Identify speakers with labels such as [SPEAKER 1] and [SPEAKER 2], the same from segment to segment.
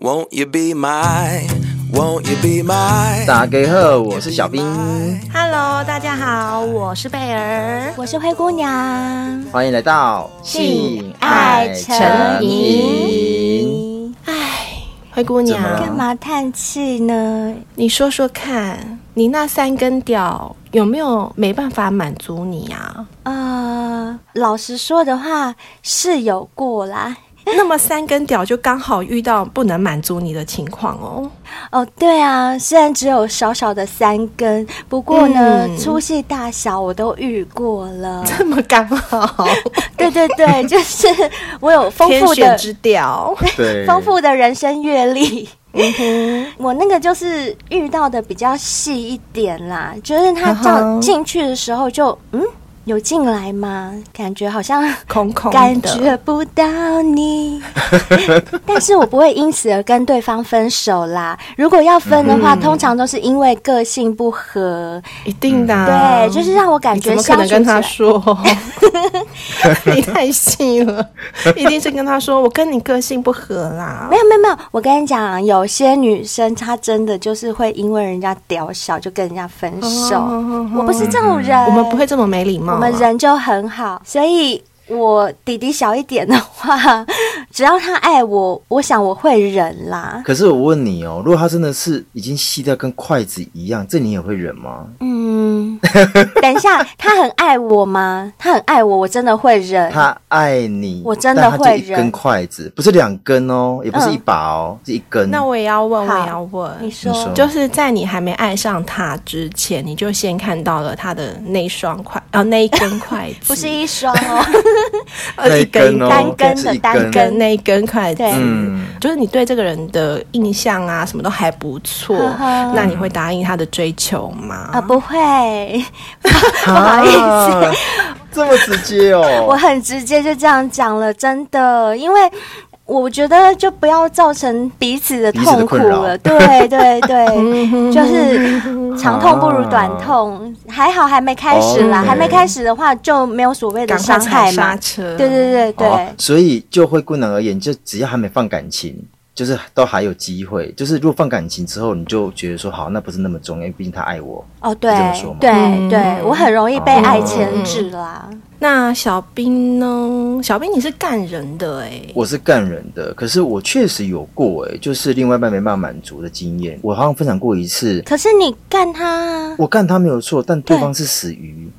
[SPEAKER 1] Won't you be my? Won't you be my?
[SPEAKER 2] 大家好，我是小兵，
[SPEAKER 3] Hello，大家好，我是贝儿。
[SPEAKER 4] 我是灰姑娘。
[SPEAKER 2] 欢迎来到
[SPEAKER 4] 性爱成
[SPEAKER 2] 瘾。
[SPEAKER 3] 哎，灰姑
[SPEAKER 2] 怎么了
[SPEAKER 3] 娘，
[SPEAKER 4] 干嘛叹气呢？
[SPEAKER 3] 你说说看，你那三根屌有没有没办法满足你 啊？
[SPEAKER 4] 呃，老实说的话是有过啦。
[SPEAKER 3] 那么三根屌就刚好遇到不能满足你的情况 哦。
[SPEAKER 4] 哦，对啊，虽然只有小小的三根，不过呢，
[SPEAKER 3] 嗯
[SPEAKER 4] 粗细大小我都遇过 了。
[SPEAKER 3] 这么刚 好，
[SPEAKER 4] 对对 对，就是我有丰
[SPEAKER 3] 天
[SPEAKER 4] 富
[SPEAKER 3] 选
[SPEAKER 4] 的
[SPEAKER 3] 之屌。
[SPEAKER 2] 对，
[SPEAKER 4] 丰富的人生阅历。
[SPEAKER 3] 嗯
[SPEAKER 4] 我那个就是遇到的比较细一点啦，就是他
[SPEAKER 3] 嗯
[SPEAKER 4] 照
[SPEAKER 3] 哼
[SPEAKER 4] 进去的时候就嗯有进来吗？感觉好像
[SPEAKER 3] 空空的
[SPEAKER 4] 感觉不到你， 但是我不会因此而跟对方分手啦。如果要分的话，
[SPEAKER 3] 嗯
[SPEAKER 4] 通常都是因为个性不合，
[SPEAKER 3] 一定的啊、
[SPEAKER 4] 对，就是让我感
[SPEAKER 3] 你
[SPEAKER 4] 觉
[SPEAKER 3] 怎么可
[SPEAKER 4] 相
[SPEAKER 3] 能
[SPEAKER 4] 处
[SPEAKER 3] 跟
[SPEAKER 4] 起
[SPEAKER 3] 他
[SPEAKER 4] 来。
[SPEAKER 3] 说？ 你太细了， 一定是跟他说我跟你个性不合啦
[SPEAKER 4] 没。有没有没有，我跟你讲，有些女生她真的就是会因为人家屌小就跟人家分手。我不是这种人，
[SPEAKER 3] 哦嗯我们不会，这么没礼貌
[SPEAKER 4] 我
[SPEAKER 3] 啊。
[SPEAKER 4] 们人就很好，所以我弟弟小一点的话，只要他爱我，我想我会忍啦。
[SPEAKER 2] 可是我问你哦，如果他真的是已经细到跟筷子一样，这你也会忍吗？
[SPEAKER 4] 嗯，等一下，他很爱我吗？他很爱我，我真的会忍。
[SPEAKER 2] 他爱你，
[SPEAKER 4] 我真的
[SPEAKER 2] 但他就
[SPEAKER 4] 会
[SPEAKER 2] 一
[SPEAKER 4] 忍
[SPEAKER 2] 根筷子，不是两根哦，也不是
[SPEAKER 4] 嗯
[SPEAKER 2] 一把哦，是一根。
[SPEAKER 3] 那我也要问，
[SPEAKER 4] 好
[SPEAKER 3] 我也要
[SPEAKER 4] 你
[SPEAKER 3] 问，
[SPEAKER 4] 说，
[SPEAKER 2] 你说
[SPEAKER 3] 就是在你还没爱上他之前，你就先看到了他的那双筷，啊，那一根筷子，
[SPEAKER 4] 不是一双哦，
[SPEAKER 3] 呃
[SPEAKER 2] 那一
[SPEAKER 3] 一根
[SPEAKER 2] 根哦
[SPEAKER 4] 单根
[SPEAKER 2] 是
[SPEAKER 4] 的
[SPEAKER 2] 一
[SPEAKER 4] 单
[SPEAKER 2] 根
[SPEAKER 3] 跟那一根筷子
[SPEAKER 4] 对。
[SPEAKER 2] 嗯，
[SPEAKER 3] 就是你对这个人的印象啊，什么都还不错
[SPEAKER 4] 呵，呵
[SPEAKER 3] 那你会答应他的追求吗？
[SPEAKER 4] 嗯啊，不会，
[SPEAKER 2] 不好意思，这么直接哦。
[SPEAKER 4] 我很直接就这样讲了，真的，因为。我觉得就不要造成彼此的
[SPEAKER 2] 彼此的
[SPEAKER 4] 痛苦
[SPEAKER 2] 困扰
[SPEAKER 4] 了，对对 对，就是长痛不如短痛，还好还没开始啦，
[SPEAKER 2] 哦
[SPEAKER 4] 还没开始的话就没有所谓的
[SPEAKER 3] 赶快
[SPEAKER 4] 伤
[SPEAKER 3] 踩
[SPEAKER 4] 害
[SPEAKER 3] 刹
[SPEAKER 4] 嘛，
[SPEAKER 3] 车。
[SPEAKER 4] 对对对对，
[SPEAKER 2] 哦，所以就灰姑娘而言，就只要还没放感情，就是都还有机会。就是如果放感情之后，你就觉得说好，那不是那么重要，因为毕竟他爱我。
[SPEAKER 4] 哦对
[SPEAKER 2] 这么说吗嗯
[SPEAKER 4] 对
[SPEAKER 3] 嗯
[SPEAKER 4] 对，我很容易被爱牵制啦，
[SPEAKER 3] 那小兵呢？小兵你是干人的哎、
[SPEAKER 4] 嗯
[SPEAKER 3] 欸，
[SPEAKER 2] 我是干人的，可是我确实有过诶、就是另外一半没办法满足的经验。我好像分享过一次，
[SPEAKER 4] 可是你干他啊
[SPEAKER 2] 我干他没有错，但对
[SPEAKER 4] 对
[SPEAKER 2] 方是死鱼，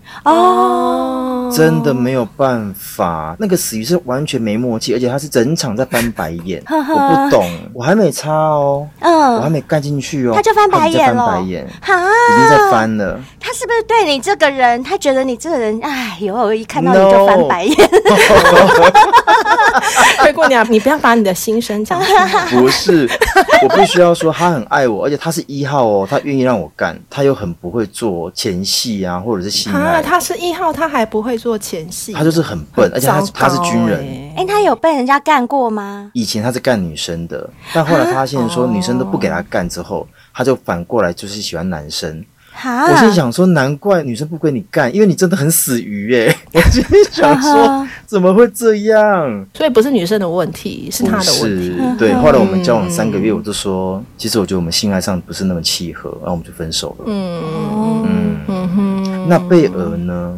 [SPEAKER 4] 哦，
[SPEAKER 2] 真的没有办法。那个死鱼是完全没默契，而且他是整场在翻白 眼。我不懂，我还没擦哦，我还
[SPEAKER 4] 嗯，
[SPEAKER 2] 没干进去哦，
[SPEAKER 4] 他就翻白
[SPEAKER 2] 已经在
[SPEAKER 4] 眼了啊
[SPEAKER 2] 翻白眼，
[SPEAKER 4] 哈，
[SPEAKER 2] 已经在翻了。
[SPEAKER 4] 他是不是对你这个人，他觉得你这个人，哎，以后一看到你就
[SPEAKER 2] No
[SPEAKER 4] 翻白眼
[SPEAKER 3] 灰姑娘，啊你不要把你的心声 讲出来。
[SPEAKER 2] 不是，我必须要说，他很爱我，而且他是一号哦，他愿意让我干，他又很不会做前戏啊，或者是性
[SPEAKER 3] 啊，
[SPEAKER 2] 爱，
[SPEAKER 3] 他是一号，他还不会做前戏，
[SPEAKER 2] 他就是很笨，而且他是他是
[SPEAKER 3] 欸
[SPEAKER 2] 军人，
[SPEAKER 3] 人
[SPEAKER 4] 哎、他有被人家干过吗？
[SPEAKER 2] 以前他是干女生的，但后来发
[SPEAKER 3] 啊
[SPEAKER 2] 现说女生都
[SPEAKER 3] 哦
[SPEAKER 2] 不给他干之后，他就反过来就是喜欢男生。
[SPEAKER 3] 啊
[SPEAKER 4] 哈，
[SPEAKER 2] 我心想说，难怪女生不归你干，因为你真的很死鱼哎、 我心里想
[SPEAKER 3] 啊
[SPEAKER 2] 说，怎么会这样？
[SPEAKER 3] 所以不是女生的问题，是他
[SPEAKER 2] 不
[SPEAKER 3] 的问
[SPEAKER 2] 是
[SPEAKER 3] 题。，啊嗯
[SPEAKER 2] 对。后来我们交往三个月，我就说，其实我觉得我们性爱上不是那么契合，然后我们就分手了。
[SPEAKER 3] 嗯
[SPEAKER 4] 哦，
[SPEAKER 2] 嗯，
[SPEAKER 3] 嗯哼，
[SPEAKER 2] 那贝尔呢？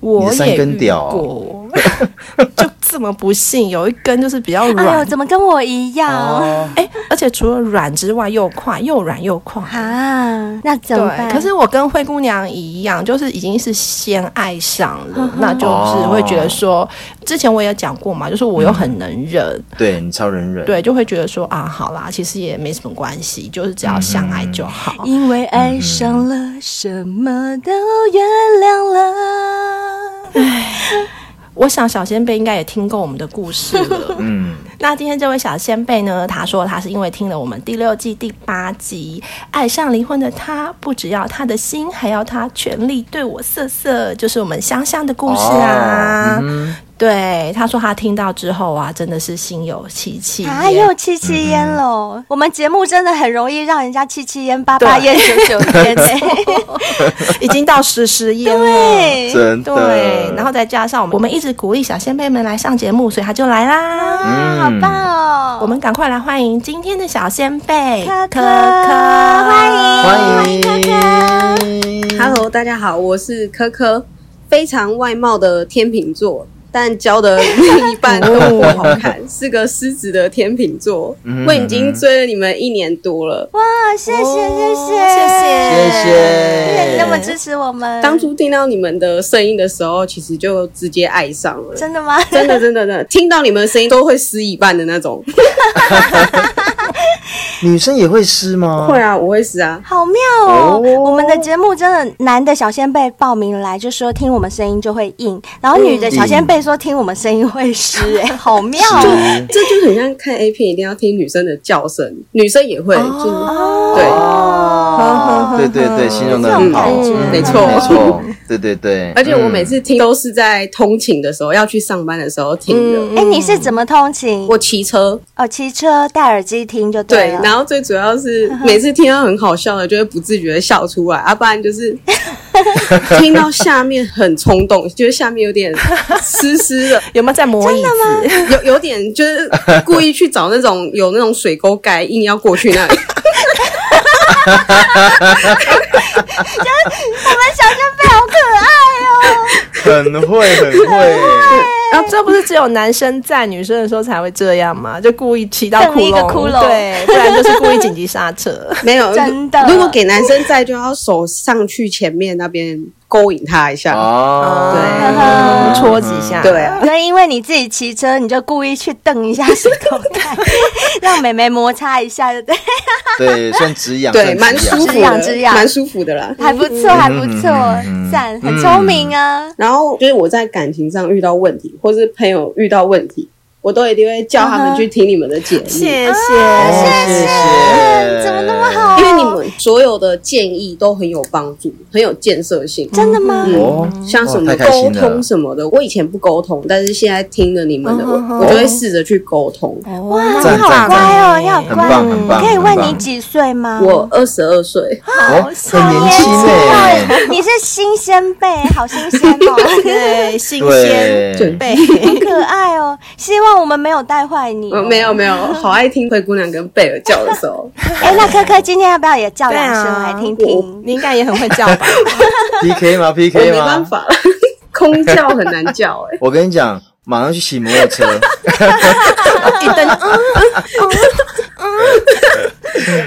[SPEAKER 3] 我
[SPEAKER 2] 你的
[SPEAKER 3] 也
[SPEAKER 2] 三根
[SPEAKER 3] 遇
[SPEAKER 2] 屌
[SPEAKER 3] 过， 就这么不幸，有一根就是比较
[SPEAKER 4] 哎呦，
[SPEAKER 3] 软，
[SPEAKER 4] 怎么跟我一样？
[SPEAKER 2] 哦，
[SPEAKER 3] 哎、而且除了软之外，又快，又软又快。
[SPEAKER 4] 啊，那怎么办？
[SPEAKER 3] 对，可是我跟灰姑娘一样，就是已经是先爱上
[SPEAKER 4] 嗯
[SPEAKER 3] 了，那
[SPEAKER 2] 哦
[SPEAKER 3] 就是会觉得说，之前我也讲过嘛，就是我
[SPEAKER 2] 嗯
[SPEAKER 3] 又很能忍，
[SPEAKER 2] 对你超人忍，
[SPEAKER 3] 对，就会觉得说啊，好啦，其实也没什么关系，就是只要相爱就好。
[SPEAKER 4] 因为爱上了，什么都原谅
[SPEAKER 2] 嗯
[SPEAKER 4] 了。
[SPEAKER 3] 我想小先辈应该也听过我们的故事了。
[SPEAKER 2] 嗯，
[SPEAKER 3] 那今天这位小先辈呢，他说他是因为听了我们第六季第八集，爱上离婚的他，不只要他的心，还要他全力对我瑟瑟，就是我们香香的故事啊。
[SPEAKER 2] 哦嗯
[SPEAKER 3] 对，他说他听到之后啊，真的是心有戚戚焉。
[SPEAKER 4] 啊，又七七烟喽！
[SPEAKER 2] 嗯
[SPEAKER 4] 我们节目真的很容易让人家七七烟、八八
[SPEAKER 3] 对
[SPEAKER 4] 烟、九九 烟欸
[SPEAKER 3] 已经到十十烟了。
[SPEAKER 4] 对，
[SPEAKER 2] 真的。
[SPEAKER 3] 对，然后再加上我们，我们一直鼓励小先辈们来上节目，所以他就来啦。
[SPEAKER 4] 啊，好棒哦！
[SPEAKER 5] 嗯
[SPEAKER 3] 我们赶快来欢迎今天的小先辈
[SPEAKER 4] 科科
[SPEAKER 3] 欢迎。
[SPEAKER 2] 欢迎
[SPEAKER 4] 嗯
[SPEAKER 2] 科
[SPEAKER 5] Hello，大家好，我是科科，非常外貌的天秤座，但交的另一半
[SPEAKER 4] 哦
[SPEAKER 5] 都不好看， 是个狮子的天秤座。
[SPEAKER 2] 嗯
[SPEAKER 5] 我已经追了你们一年多了，
[SPEAKER 4] 哇，谢谢谢谢
[SPEAKER 5] 哦
[SPEAKER 3] 谢
[SPEAKER 2] 谢
[SPEAKER 4] 谢
[SPEAKER 2] 谢
[SPEAKER 4] 谢，那么支持我们，
[SPEAKER 5] 当初听到你们的声音的时候，其实就直接爱上了。
[SPEAKER 4] 真的吗？
[SPEAKER 5] 真的，真的，真的，听到你们的声音都会湿一半的 那种。
[SPEAKER 2] 女生也会湿
[SPEAKER 4] 哦
[SPEAKER 2] 吗？
[SPEAKER 5] 会啊，我会湿啊。
[SPEAKER 4] 好妙哦！
[SPEAKER 2] 哦
[SPEAKER 4] 我们的节目真的，男的小先辈报名来就说听我们声音就会硬，然后女的小先辈说听我们声音会
[SPEAKER 5] 嗯
[SPEAKER 4] 湿，哎，好妙哦！
[SPEAKER 2] 湿
[SPEAKER 5] 这就很像看 A 片，一定要听女生的叫声，女生也会，就是对
[SPEAKER 4] 哦，
[SPEAKER 2] 对对对，形容的很好，
[SPEAKER 4] 这种感觉
[SPEAKER 2] 嗯
[SPEAKER 5] 没错
[SPEAKER 2] 没错，对对对。
[SPEAKER 5] 而且我每次听都是在通勤的时候，要去上班的时候听的。
[SPEAKER 4] 哎，你是怎么通勤？
[SPEAKER 5] 嗯我骑车，
[SPEAKER 4] 哦，骑车戴耳机听就
[SPEAKER 5] 对，
[SPEAKER 4] 了。
[SPEAKER 5] 然后最主要 是每次听到很好笑的，就会不自觉的笑出来，啊，不然就是 听到下面很冲动，觉得下面有点 湿湿的，
[SPEAKER 3] 有没有在磨椅子？
[SPEAKER 5] 有有点就是故意去找那种有那种水沟盖，硬要过去 那里。
[SPEAKER 4] 我们小先辈好可爱哦！
[SPEAKER 2] 嗯很会，很会，
[SPEAKER 3] 然哦后这不是只有男生在女生的时候才会这样吗？就故意骑到窟
[SPEAKER 4] 瞪一
[SPEAKER 3] 窿，
[SPEAKER 4] 个窟窿
[SPEAKER 3] 对，不然就是故意紧急刹 车。
[SPEAKER 5] 没有，
[SPEAKER 4] 真的
[SPEAKER 5] 如果给男生在，就要手上去前面那边勾引他一下。
[SPEAKER 2] 哦，
[SPEAKER 5] 对
[SPEAKER 3] 嗯戳几下，
[SPEAKER 5] 对 啊，
[SPEAKER 4] 所以因为你自己骑车，你就故意去瞪一下水口袋，让美眉摩擦一下，对不对？
[SPEAKER 2] 对，算止痒，算
[SPEAKER 5] 对，
[SPEAKER 2] 止
[SPEAKER 5] 蛮舒
[SPEAKER 2] 痒
[SPEAKER 5] 服
[SPEAKER 4] 止痒止
[SPEAKER 5] 的，
[SPEAKER 4] 痒
[SPEAKER 5] 蛮舒服的啦。
[SPEAKER 4] 还不错，还不错
[SPEAKER 2] 嗯，
[SPEAKER 4] 赞，很
[SPEAKER 2] 嗯
[SPEAKER 4] 聪明啊！
[SPEAKER 5] 然后就是我在感情上遇到问题，或是朋友遇到问题，我都一定会叫他们去听你们的节目。
[SPEAKER 3] 谢
[SPEAKER 2] 哦
[SPEAKER 3] 谢。
[SPEAKER 2] 谢谢，
[SPEAKER 4] 怎么那么好？
[SPEAKER 5] 因为你们所有的建议都很有帮助，很有建设性。嗯
[SPEAKER 4] 真的吗？
[SPEAKER 2] 哦？
[SPEAKER 5] 像什
[SPEAKER 2] 哦
[SPEAKER 5] 么
[SPEAKER 2] 太开
[SPEAKER 5] 沟
[SPEAKER 2] 心了
[SPEAKER 5] 通什么的，我以前不沟通，但是现在听了你们的，我我就会试着去沟通。
[SPEAKER 3] 哦哇，
[SPEAKER 2] 赞
[SPEAKER 4] 你好
[SPEAKER 2] 赞
[SPEAKER 4] 乖哦，你好
[SPEAKER 2] 很
[SPEAKER 4] 乖。
[SPEAKER 2] 棒，很
[SPEAKER 4] 我
[SPEAKER 2] 棒，
[SPEAKER 4] 可以问你
[SPEAKER 2] 很棒
[SPEAKER 4] 几岁吗？
[SPEAKER 5] 我二十二岁，
[SPEAKER 2] 哦，很年轻哎，
[SPEAKER 4] 哦你是新鲜辈，好新鲜 哦，
[SPEAKER 3] 对，新鲜
[SPEAKER 2] 对，
[SPEAKER 3] 贝，
[SPEAKER 4] 好可爱哦。希望我们没有带坏你哦
[SPEAKER 5] 呃。没有没有，好爱听灰姑娘跟贝尔叫的 时候，
[SPEAKER 4] 哎，那科科今天要不要也叫两声
[SPEAKER 3] 对啊
[SPEAKER 4] 来听听？
[SPEAKER 3] 你应该也很会叫 吧？
[SPEAKER 2] PK 吗
[SPEAKER 5] 我
[SPEAKER 2] ？PK
[SPEAKER 5] 没办
[SPEAKER 2] 吗？
[SPEAKER 5] 法， 空叫很难叫哎、
[SPEAKER 2] 我跟你讲，马上去骑摩托 车，
[SPEAKER 3] 一蹬，嗯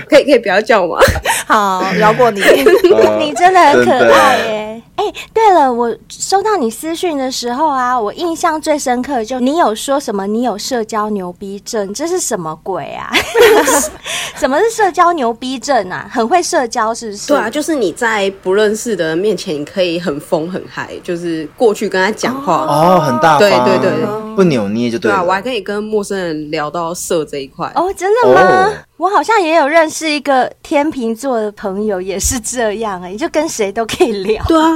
[SPEAKER 5] 可以可以不要叫吗？
[SPEAKER 3] 好，饶过你。
[SPEAKER 2] 哦
[SPEAKER 4] 你真的很
[SPEAKER 2] 真
[SPEAKER 4] 可
[SPEAKER 2] 的
[SPEAKER 4] 爱耶！哎、对了，我收到你私讯的时候啊，我印象最深刻就你有说什么，你有社交牛逼症，这是什么鬼啊？ 什么是社交牛逼症啊？很会社交是不是？
[SPEAKER 5] 对啊，就是你在不认识的人面前，你可以很疯很嗨，就是过去跟他讲话。
[SPEAKER 2] 哦，很大方，
[SPEAKER 5] 对对对，
[SPEAKER 2] 不扭捏就
[SPEAKER 5] 对啊，
[SPEAKER 2] 了
[SPEAKER 5] 我还可以跟陌生人聊到色这一块。
[SPEAKER 4] 哦，真的吗？
[SPEAKER 2] 哦
[SPEAKER 4] 我好像也有认识一个天秤座的朋友，也是这样哎、就跟谁都可以 聊。
[SPEAKER 5] 对啊，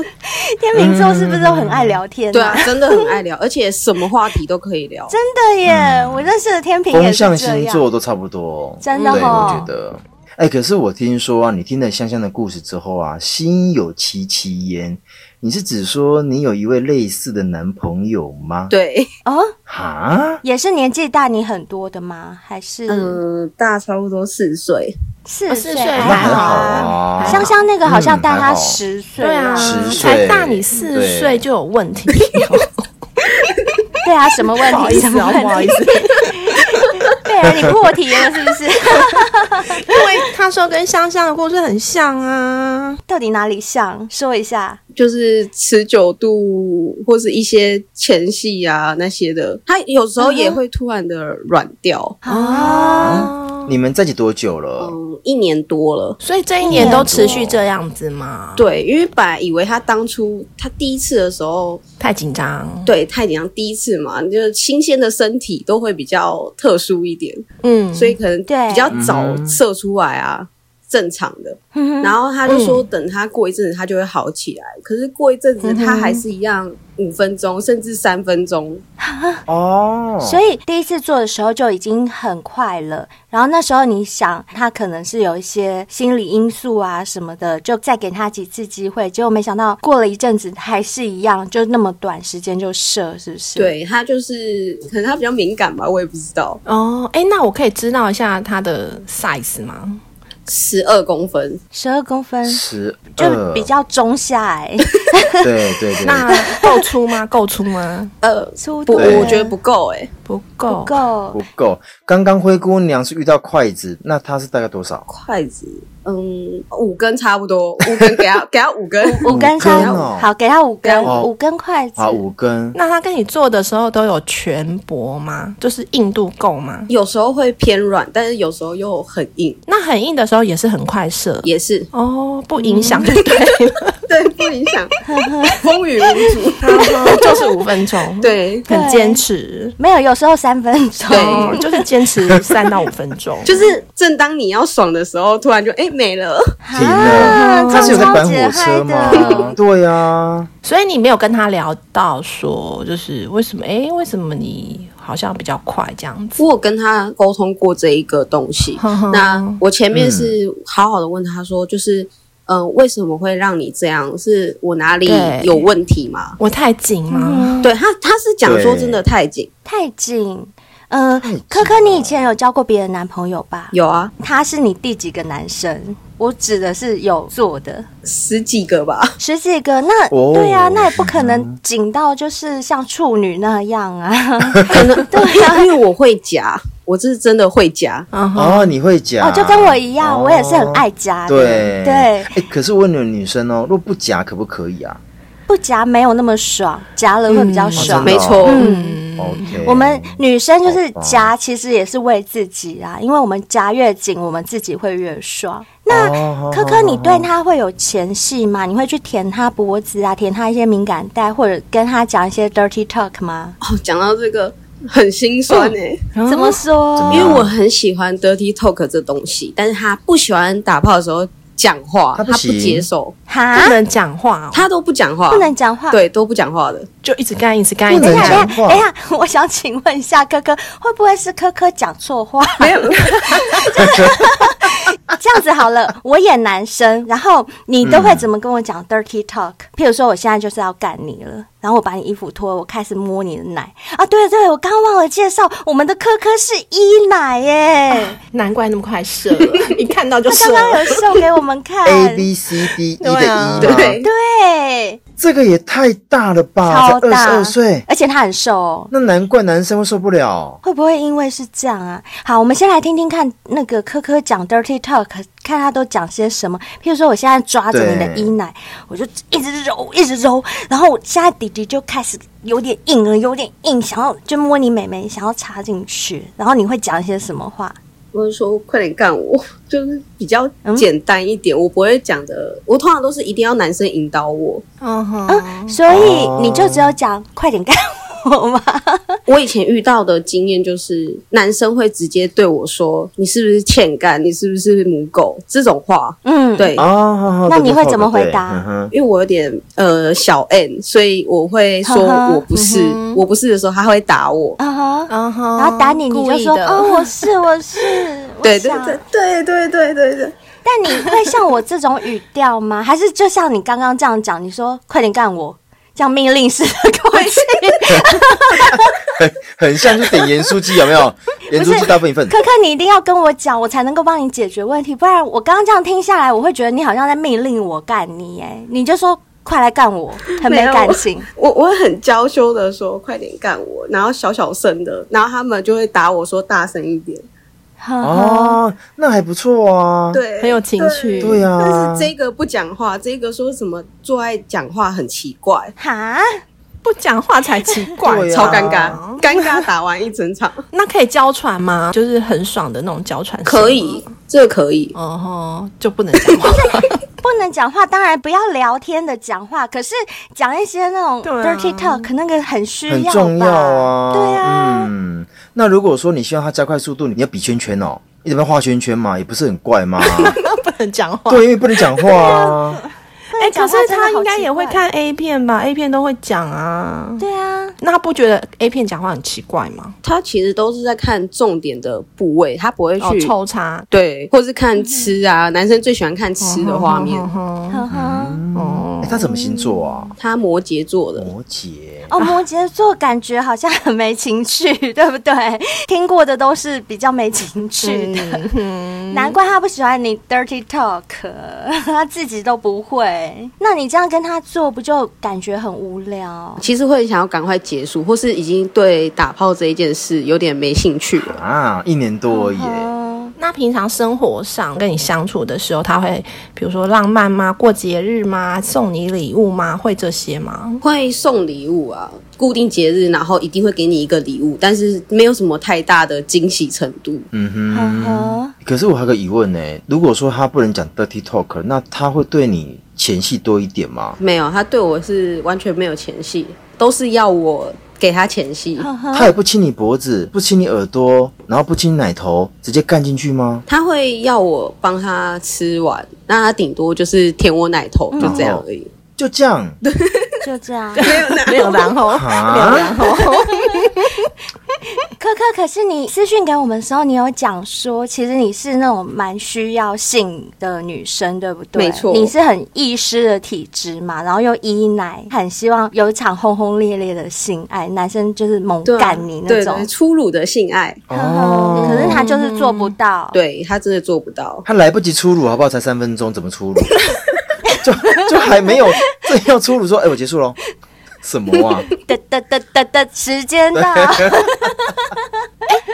[SPEAKER 4] 天秤
[SPEAKER 2] 嗯
[SPEAKER 4] 座是不是都很爱聊天、
[SPEAKER 5] 对啊，，嗯真的很爱聊，而且什么话题都可以 聊。
[SPEAKER 4] 真的耶！我认识的天秤
[SPEAKER 2] 嗯
[SPEAKER 4] 也
[SPEAKER 2] 风
[SPEAKER 4] 是这样
[SPEAKER 2] 象。星座都差不多，
[SPEAKER 4] 真的
[SPEAKER 2] 对，
[SPEAKER 4] 哦
[SPEAKER 2] 我觉得。哎、可是我听说啊，你听了香香的故事之后啊，心有戚戚焉。你是指说你有一位类似的男朋友吗？，
[SPEAKER 5] 对，
[SPEAKER 4] 哦，
[SPEAKER 2] 哈，
[SPEAKER 4] 也是年纪大你很多的吗？还是、
[SPEAKER 5] 嗯，大差不多四岁，
[SPEAKER 4] 四
[SPEAKER 3] 四
[SPEAKER 4] 岁
[SPEAKER 3] 岁
[SPEAKER 2] 那
[SPEAKER 3] 还
[SPEAKER 2] 还
[SPEAKER 3] 好
[SPEAKER 2] 好
[SPEAKER 3] 啊
[SPEAKER 2] 啊。
[SPEAKER 4] 香香那个好像
[SPEAKER 2] 嗯
[SPEAKER 4] 大
[SPEAKER 2] 还
[SPEAKER 4] 他
[SPEAKER 2] 好
[SPEAKER 4] 十岁、
[SPEAKER 3] 对啊
[SPEAKER 2] 十，岁
[SPEAKER 3] 才大你四岁就有问题，
[SPEAKER 4] 对啊，什么问
[SPEAKER 3] 不好
[SPEAKER 4] 题？
[SPEAKER 3] 意
[SPEAKER 4] 什
[SPEAKER 3] 思
[SPEAKER 4] 么
[SPEAKER 3] 啊，不
[SPEAKER 4] 问
[SPEAKER 3] 好
[SPEAKER 4] 题？
[SPEAKER 3] 意 思。
[SPEAKER 4] 对啊，你破题了是不是？
[SPEAKER 3] 因为他说跟香香的故事很像啊，
[SPEAKER 4] 到底哪里像？说一下。
[SPEAKER 5] 就是持久度或是一些前戏啊那些的，他有时候也会突然的软掉。
[SPEAKER 3] 哦
[SPEAKER 4] 啊，
[SPEAKER 2] 嗯你们在一起多久了？
[SPEAKER 5] 嗯，一年多了。
[SPEAKER 3] 所以这一年都持续这样子嘛，
[SPEAKER 5] 对，因为本来以为他当初他第一次的时候，
[SPEAKER 3] 太紧张，
[SPEAKER 5] 对太紧张，第一次嘛，就是新鲜的身体都会比较特殊一点，
[SPEAKER 3] 嗯，
[SPEAKER 5] 所以可能
[SPEAKER 4] 对
[SPEAKER 5] 比较早
[SPEAKER 2] 嗯
[SPEAKER 5] 射出来啊，正常的。
[SPEAKER 4] 嗯
[SPEAKER 5] 然后他就说，等他过一阵子，他嗯就会好起来。可是过一阵子，他还是一样五分钟甚至三分钟
[SPEAKER 2] 哦，
[SPEAKER 4] 所以第一次做的时候就已经很快了，然后那时候你想他可能是有一些心理因素啊什么的，就再给他几次机会，结果没想到过了一阵子还是一样，就那么短时间就射，是不是？，
[SPEAKER 5] 对他就是可能他比较敏感吧，我也不知道，
[SPEAKER 3] 哦，哎，那我可以知道一下它的 size 吗？
[SPEAKER 5] 十二公分，
[SPEAKER 4] 十二公分
[SPEAKER 2] 十
[SPEAKER 4] 就
[SPEAKER 2] 二，
[SPEAKER 4] 比较中下哎、
[SPEAKER 2] 呃对对 对，
[SPEAKER 3] 那够粗吗？ 够粗吗？
[SPEAKER 5] 呃，
[SPEAKER 4] 粗
[SPEAKER 5] 不，
[SPEAKER 4] 度
[SPEAKER 2] 对
[SPEAKER 5] 我觉得不够哎、
[SPEAKER 3] 不
[SPEAKER 4] 不
[SPEAKER 3] 够。
[SPEAKER 4] 够。
[SPEAKER 2] 不够。刚刚灰姑娘是遇到筷子，那她是大概多少？
[SPEAKER 5] 筷子，嗯，五根差不多，五根给他给他五根，
[SPEAKER 4] 五根
[SPEAKER 2] 根
[SPEAKER 4] 三，
[SPEAKER 2] 哦
[SPEAKER 4] 好，给他五根，
[SPEAKER 2] 哦
[SPEAKER 4] 五根筷子。
[SPEAKER 2] 好，五根。
[SPEAKER 3] 那他跟你做的时候都有全薄吗？就是硬度够吗？
[SPEAKER 5] 有时候会偏软，但是有时候又很硬，
[SPEAKER 3] 那很硬的时候也是很快射
[SPEAKER 5] 也是
[SPEAKER 3] 哦，不影响就对了，
[SPEAKER 5] 对不影响，风雨无阻，
[SPEAKER 3] 就是五分钟，，
[SPEAKER 5] 对，
[SPEAKER 3] 很坚持。
[SPEAKER 4] 没有，有时候三分钟。
[SPEAKER 3] 哦，就是坚持三到五分钟，
[SPEAKER 5] 就是正当你要爽的时候，突然就哎、没了，
[SPEAKER 2] 停了，
[SPEAKER 4] 这
[SPEAKER 2] 她是有在
[SPEAKER 4] 嗯超
[SPEAKER 2] 赶
[SPEAKER 4] 解
[SPEAKER 2] 火
[SPEAKER 4] 嗨
[SPEAKER 2] 车
[SPEAKER 4] 的
[SPEAKER 2] 吗？对啊呀，
[SPEAKER 3] 所以你没有跟他聊到说，就是为什么？哎，为什么你好像比较快这样子？，
[SPEAKER 5] 我有跟他沟通过这一个东西那我前面是好好的问他说，就是嗯、呃为什么会让你这样？是我哪里
[SPEAKER 3] 对
[SPEAKER 5] 有问题吗？
[SPEAKER 3] 我太紧
[SPEAKER 4] 嗯
[SPEAKER 3] 吗？
[SPEAKER 5] 对他，他是讲说真的太紧，
[SPEAKER 4] 太紧。嗯、
[SPEAKER 2] 紧
[SPEAKER 4] 科科，你以前有交过别的男朋友吧？
[SPEAKER 5] 有啊，
[SPEAKER 4] 他是你第几个男生？我指的是有做的
[SPEAKER 5] 十几 个吧。
[SPEAKER 4] 十几个，那、
[SPEAKER 2] 哦
[SPEAKER 4] 对啊，那也不可能紧到就是像处女那 样啊。
[SPEAKER 5] 可能对啊，因为我会夹，我是真的会夹。
[SPEAKER 3] 嗯哼，
[SPEAKER 2] 哦，你会夹，
[SPEAKER 4] 哦，就跟我一样，
[SPEAKER 2] 哦
[SPEAKER 4] 我也是很爱夹的。
[SPEAKER 2] 对
[SPEAKER 4] 对，
[SPEAKER 2] 哎，可是我问你们女生哦，若不夹可不可以啊
[SPEAKER 4] 不夹没有那么爽，夹了会比较爽。
[SPEAKER 2] 哦
[SPEAKER 5] 没
[SPEAKER 2] 真的
[SPEAKER 5] 错，
[SPEAKER 4] 嗯，
[SPEAKER 2] ？OK，
[SPEAKER 4] 我们女生就是
[SPEAKER 2] 好吧
[SPEAKER 4] 夹，其实也是为自己啊，因为我们夹越紧，我们自己会越爽。那
[SPEAKER 2] 哦
[SPEAKER 4] 科科，你对他会有前戏吗？你会去舔他脖子啊，舔他一些敏感带，或者跟他讲一些 dirty talk 吗？
[SPEAKER 5] 哦，讲到这个很心酸哎、
[SPEAKER 4] 怎么说？
[SPEAKER 2] 啊怎么
[SPEAKER 5] 因为我很喜欢 dirty talk 这东西，但是他不喜欢打炮的时候讲话，
[SPEAKER 2] 他
[SPEAKER 5] 他
[SPEAKER 2] 不
[SPEAKER 5] 不
[SPEAKER 2] 行
[SPEAKER 5] 接受，
[SPEAKER 4] 哈
[SPEAKER 3] 不，能讲话哦，
[SPEAKER 5] 他都不讲话，
[SPEAKER 4] 不能讲话。。
[SPEAKER 5] 对都不讲话的。
[SPEAKER 3] 就一直干，一直干，一
[SPEAKER 2] 不
[SPEAKER 3] 直
[SPEAKER 4] 等一
[SPEAKER 2] 能
[SPEAKER 4] 下，
[SPEAKER 3] 干。
[SPEAKER 4] 等
[SPEAKER 2] 讲话
[SPEAKER 4] 一下，等一下，哎我想请问一下，科科会不会是科科讲错话？
[SPEAKER 5] 没有，
[SPEAKER 4] 这样子好了，我演男生，然后你都会怎么跟我讲 dirty talk？、譬如说，我现在就是要干你了，然后我把你衣服脱，我开始摸你的奶啊！对对，我刚忘了介绍，我们的科科是一 奶耶，
[SPEAKER 3] 难怪那么快射了， 一看到就
[SPEAKER 4] 他
[SPEAKER 3] 射
[SPEAKER 4] 刚刚
[SPEAKER 3] 了。
[SPEAKER 4] 有秀给我们看。
[SPEAKER 2] A B C D E 的
[SPEAKER 3] 对啊
[SPEAKER 2] E 吗？
[SPEAKER 5] 对，
[SPEAKER 4] 对，
[SPEAKER 2] 这个也太大了吧，
[SPEAKER 4] 超
[SPEAKER 2] 才二十
[SPEAKER 4] 大，
[SPEAKER 2] 二岁，
[SPEAKER 4] 而且他很瘦哦。
[SPEAKER 2] 那难怪男生会受不了。
[SPEAKER 4] 会不会因为是这样啊？好，我们先来听听看那个科科讲 dirty talk，看他都讲些什么。譬如说，我现在抓着你的
[SPEAKER 2] 对
[SPEAKER 4] 衣奶，我就一直揉，一直揉，然后我现在弟弟就开始有点硬了，有点硬，想要就摸你妹妹，想要插进去。然后你会讲一些什么话？
[SPEAKER 5] 我就说快点干我，就是比较简单一
[SPEAKER 4] 嗯
[SPEAKER 5] 点，我不会讲的。我通常都是一定要男生引导我。
[SPEAKER 3] 嗯哼，
[SPEAKER 4] 所以你就只有讲快点干我吗？
[SPEAKER 5] 我以前遇到的经验就是，男生会直接对我说：“你是不是欠干？你是不是母狗？”这种话，
[SPEAKER 4] 嗯，，
[SPEAKER 5] 对。
[SPEAKER 2] 哦，好好
[SPEAKER 4] 那
[SPEAKER 2] 对
[SPEAKER 4] 你
[SPEAKER 2] 对
[SPEAKER 4] 会
[SPEAKER 2] 对
[SPEAKER 4] 怎么
[SPEAKER 2] 对
[SPEAKER 4] 回答
[SPEAKER 2] 嗯哼
[SPEAKER 5] 因为我有点呃小 N，所以我会说
[SPEAKER 4] 呵呵嗯
[SPEAKER 5] 我不是，我不是的时候他会打我。
[SPEAKER 4] 啊哈。
[SPEAKER 3] 嗯哼，
[SPEAKER 4] 然后打你，你
[SPEAKER 3] 故
[SPEAKER 4] 就
[SPEAKER 3] 意
[SPEAKER 4] 说：“
[SPEAKER 3] 的
[SPEAKER 4] 哦，我是我是，我
[SPEAKER 5] 对对
[SPEAKER 4] 想
[SPEAKER 5] 对对对对对对，
[SPEAKER 4] 但你会像我这种语调吗？ 还是就像你刚刚这样讲，你说快点干我，这样命令式的口气？
[SPEAKER 2] 很像就点盐酥鸡，有没 有？盐酥鸡大份一份。
[SPEAKER 4] 可可，你一定要跟我讲，我才能够帮你解决问题，不然我刚刚这样听下来，我会觉得你好像在命令我干你耶，你就说快来干我，很没
[SPEAKER 5] 没有
[SPEAKER 4] 感情。
[SPEAKER 5] 我我会很娇羞的说快点干我，然后小小声的，然后他们就会打我说大声一点，
[SPEAKER 4] 呵呵
[SPEAKER 2] 哦，那还不错啊。
[SPEAKER 5] 对，
[SPEAKER 3] 哦很有情趣
[SPEAKER 5] 对
[SPEAKER 2] 对呀、
[SPEAKER 5] 但
[SPEAKER 2] 啊，
[SPEAKER 5] 是这个不讲话，这个说什么做爱讲话很奇怪，
[SPEAKER 4] 哈，
[SPEAKER 3] 不讲话才奇怪。
[SPEAKER 2] 对啊
[SPEAKER 5] 超尴尬，尴尬打完一整 场，
[SPEAKER 3] 那可以娇喘吗？就是很爽的那种娇喘。
[SPEAKER 5] 可。以，这个可以，
[SPEAKER 3] 哦吼，就不能讲话。
[SPEAKER 4] 不能讲话，当然不要聊天的讲话，可是讲一些那种
[SPEAKER 3] 对啊
[SPEAKER 4] dirty talk，那个很需
[SPEAKER 2] 很
[SPEAKER 4] 要吧？
[SPEAKER 2] 重要啊。
[SPEAKER 4] 对啊，
[SPEAKER 2] 嗯，那如果说你希望他加快速度，你要比圈圈哦，一
[SPEAKER 4] 啊
[SPEAKER 2] 直在画圈圈嘛，也不是很怪吗？
[SPEAKER 3] 不能讲话。
[SPEAKER 2] 对，因为不能讲话啊。
[SPEAKER 3] 哎、
[SPEAKER 4] 讲
[SPEAKER 3] 可
[SPEAKER 4] 话
[SPEAKER 3] 是
[SPEAKER 4] 真的
[SPEAKER 3] 他
[SPEAKER 4] 好奇
[SPEAKER 3] 应该也会
[SPEAKER 4] 怪。
[SPEAKER 3] 看 A 片吧？A 片都会讲啊。
[SPEAKER 4] 对啊，
[SPEAKER 3] 那他不觉得 A 片讲话很奇怪吗？
[SPEAKER 5] 他其实都是在看重点的部位，他不会
[SPEAKER 3] 哦，嗯
[SPEAKER 5] 去、
[SPEAKER 3] 抽插
[SPEAKER 5] 对，或是看吃啊，男生最喜欢看吃
[SPEAKER 3] 嗯
[SPEAKER 5] 的画面。
[SPEAKER 4] 呵呵。
[SPEAKER 3] 哦
[SPEAKER 2] 哎，，他什么星座啊？
[SPEAKER 5] 他摩羯座的，
[SPEAKER 2] 摩羯。
[SPEAKER 4] 哦，摩羯座感觉好像很没情趣， 对不对？听过的都是比较没情趣的，难怪他不喜欢你 dirty talk，他自己都不会。那你这样跟他做，不就感觉很无聊？
[SPEAKER 5] 其实会想要赶快结束，或是已经对打炮这一件事有点没兴趣了。
[SPEAKER 2] 啊，一年多而已耶。
[SPEAKER 4] 嗯，
[SPEAKER 3] 那平常生活上跟你相处的时候，他会比如说浪漫吗？过节日吗？送你礼物吗？会这些吗？
[SPEAKER 5] 会送礼物啊，固定节日，然后一定会给你一个礼物，但是没有什么太大的惊喜程度。
[SPEAKER 2] 嗯哼。
[SPEAKER 4] 呵呵，
[SPEAKER 2] 可是我还有个疑问呢，如果说他不能讲 dirty talk，那他会对你前戏多一点吗？
[SPEAKER 5] 没有，他对我是完全没有前戏，都是要我给他前戏。
[SPEAKER 4] 嗯
[SPEAKER 2] 他也不亲你脖子，不亲你耳朵，然后不亲你奶头，直接干进去吗？
[SPEAKER 5] 他会要我帮他吃完，那他顶多就是舔我奶头，就这样而 已。
[SPEAKER 2] 就这样
[SPEAKER 4] 就这样。
[SPEAKER 3] 没有然后，
[SPEAKER 2] 啊？
[SPEAKER 4] 可可，可是你私讯给我们的时候，你有讲说，其实你是那种蛮需要性的女生，对不对？
[SPEAKER 5] 没错
[SPEAKER 4] 你是很易湿的体质嘛，然后又依奶，很希望有一场轰轰烈烈的性爱，男生就是猛
[SPEAKER 5] 对啊
[SPEAKER 4] 干你那
[SPEAKER 5] 对
[SPEAKER 4] 种
[SPEAKER 5] 对，。粗鲁的性爱，
[SPEAKER 2] 哦，
[SPEAKER 4] 可是他就是做不到。
[SPEAKER 5] 对他真的做不到。
[SPEAKER 2] 他来不及出炉，好不好？才三分钟，怎么出炉？就就还没有正要出炉，说哎、我结束喽。什么啊？
[SPEAKER 4] 对，哒哒哒哒哒，时间到。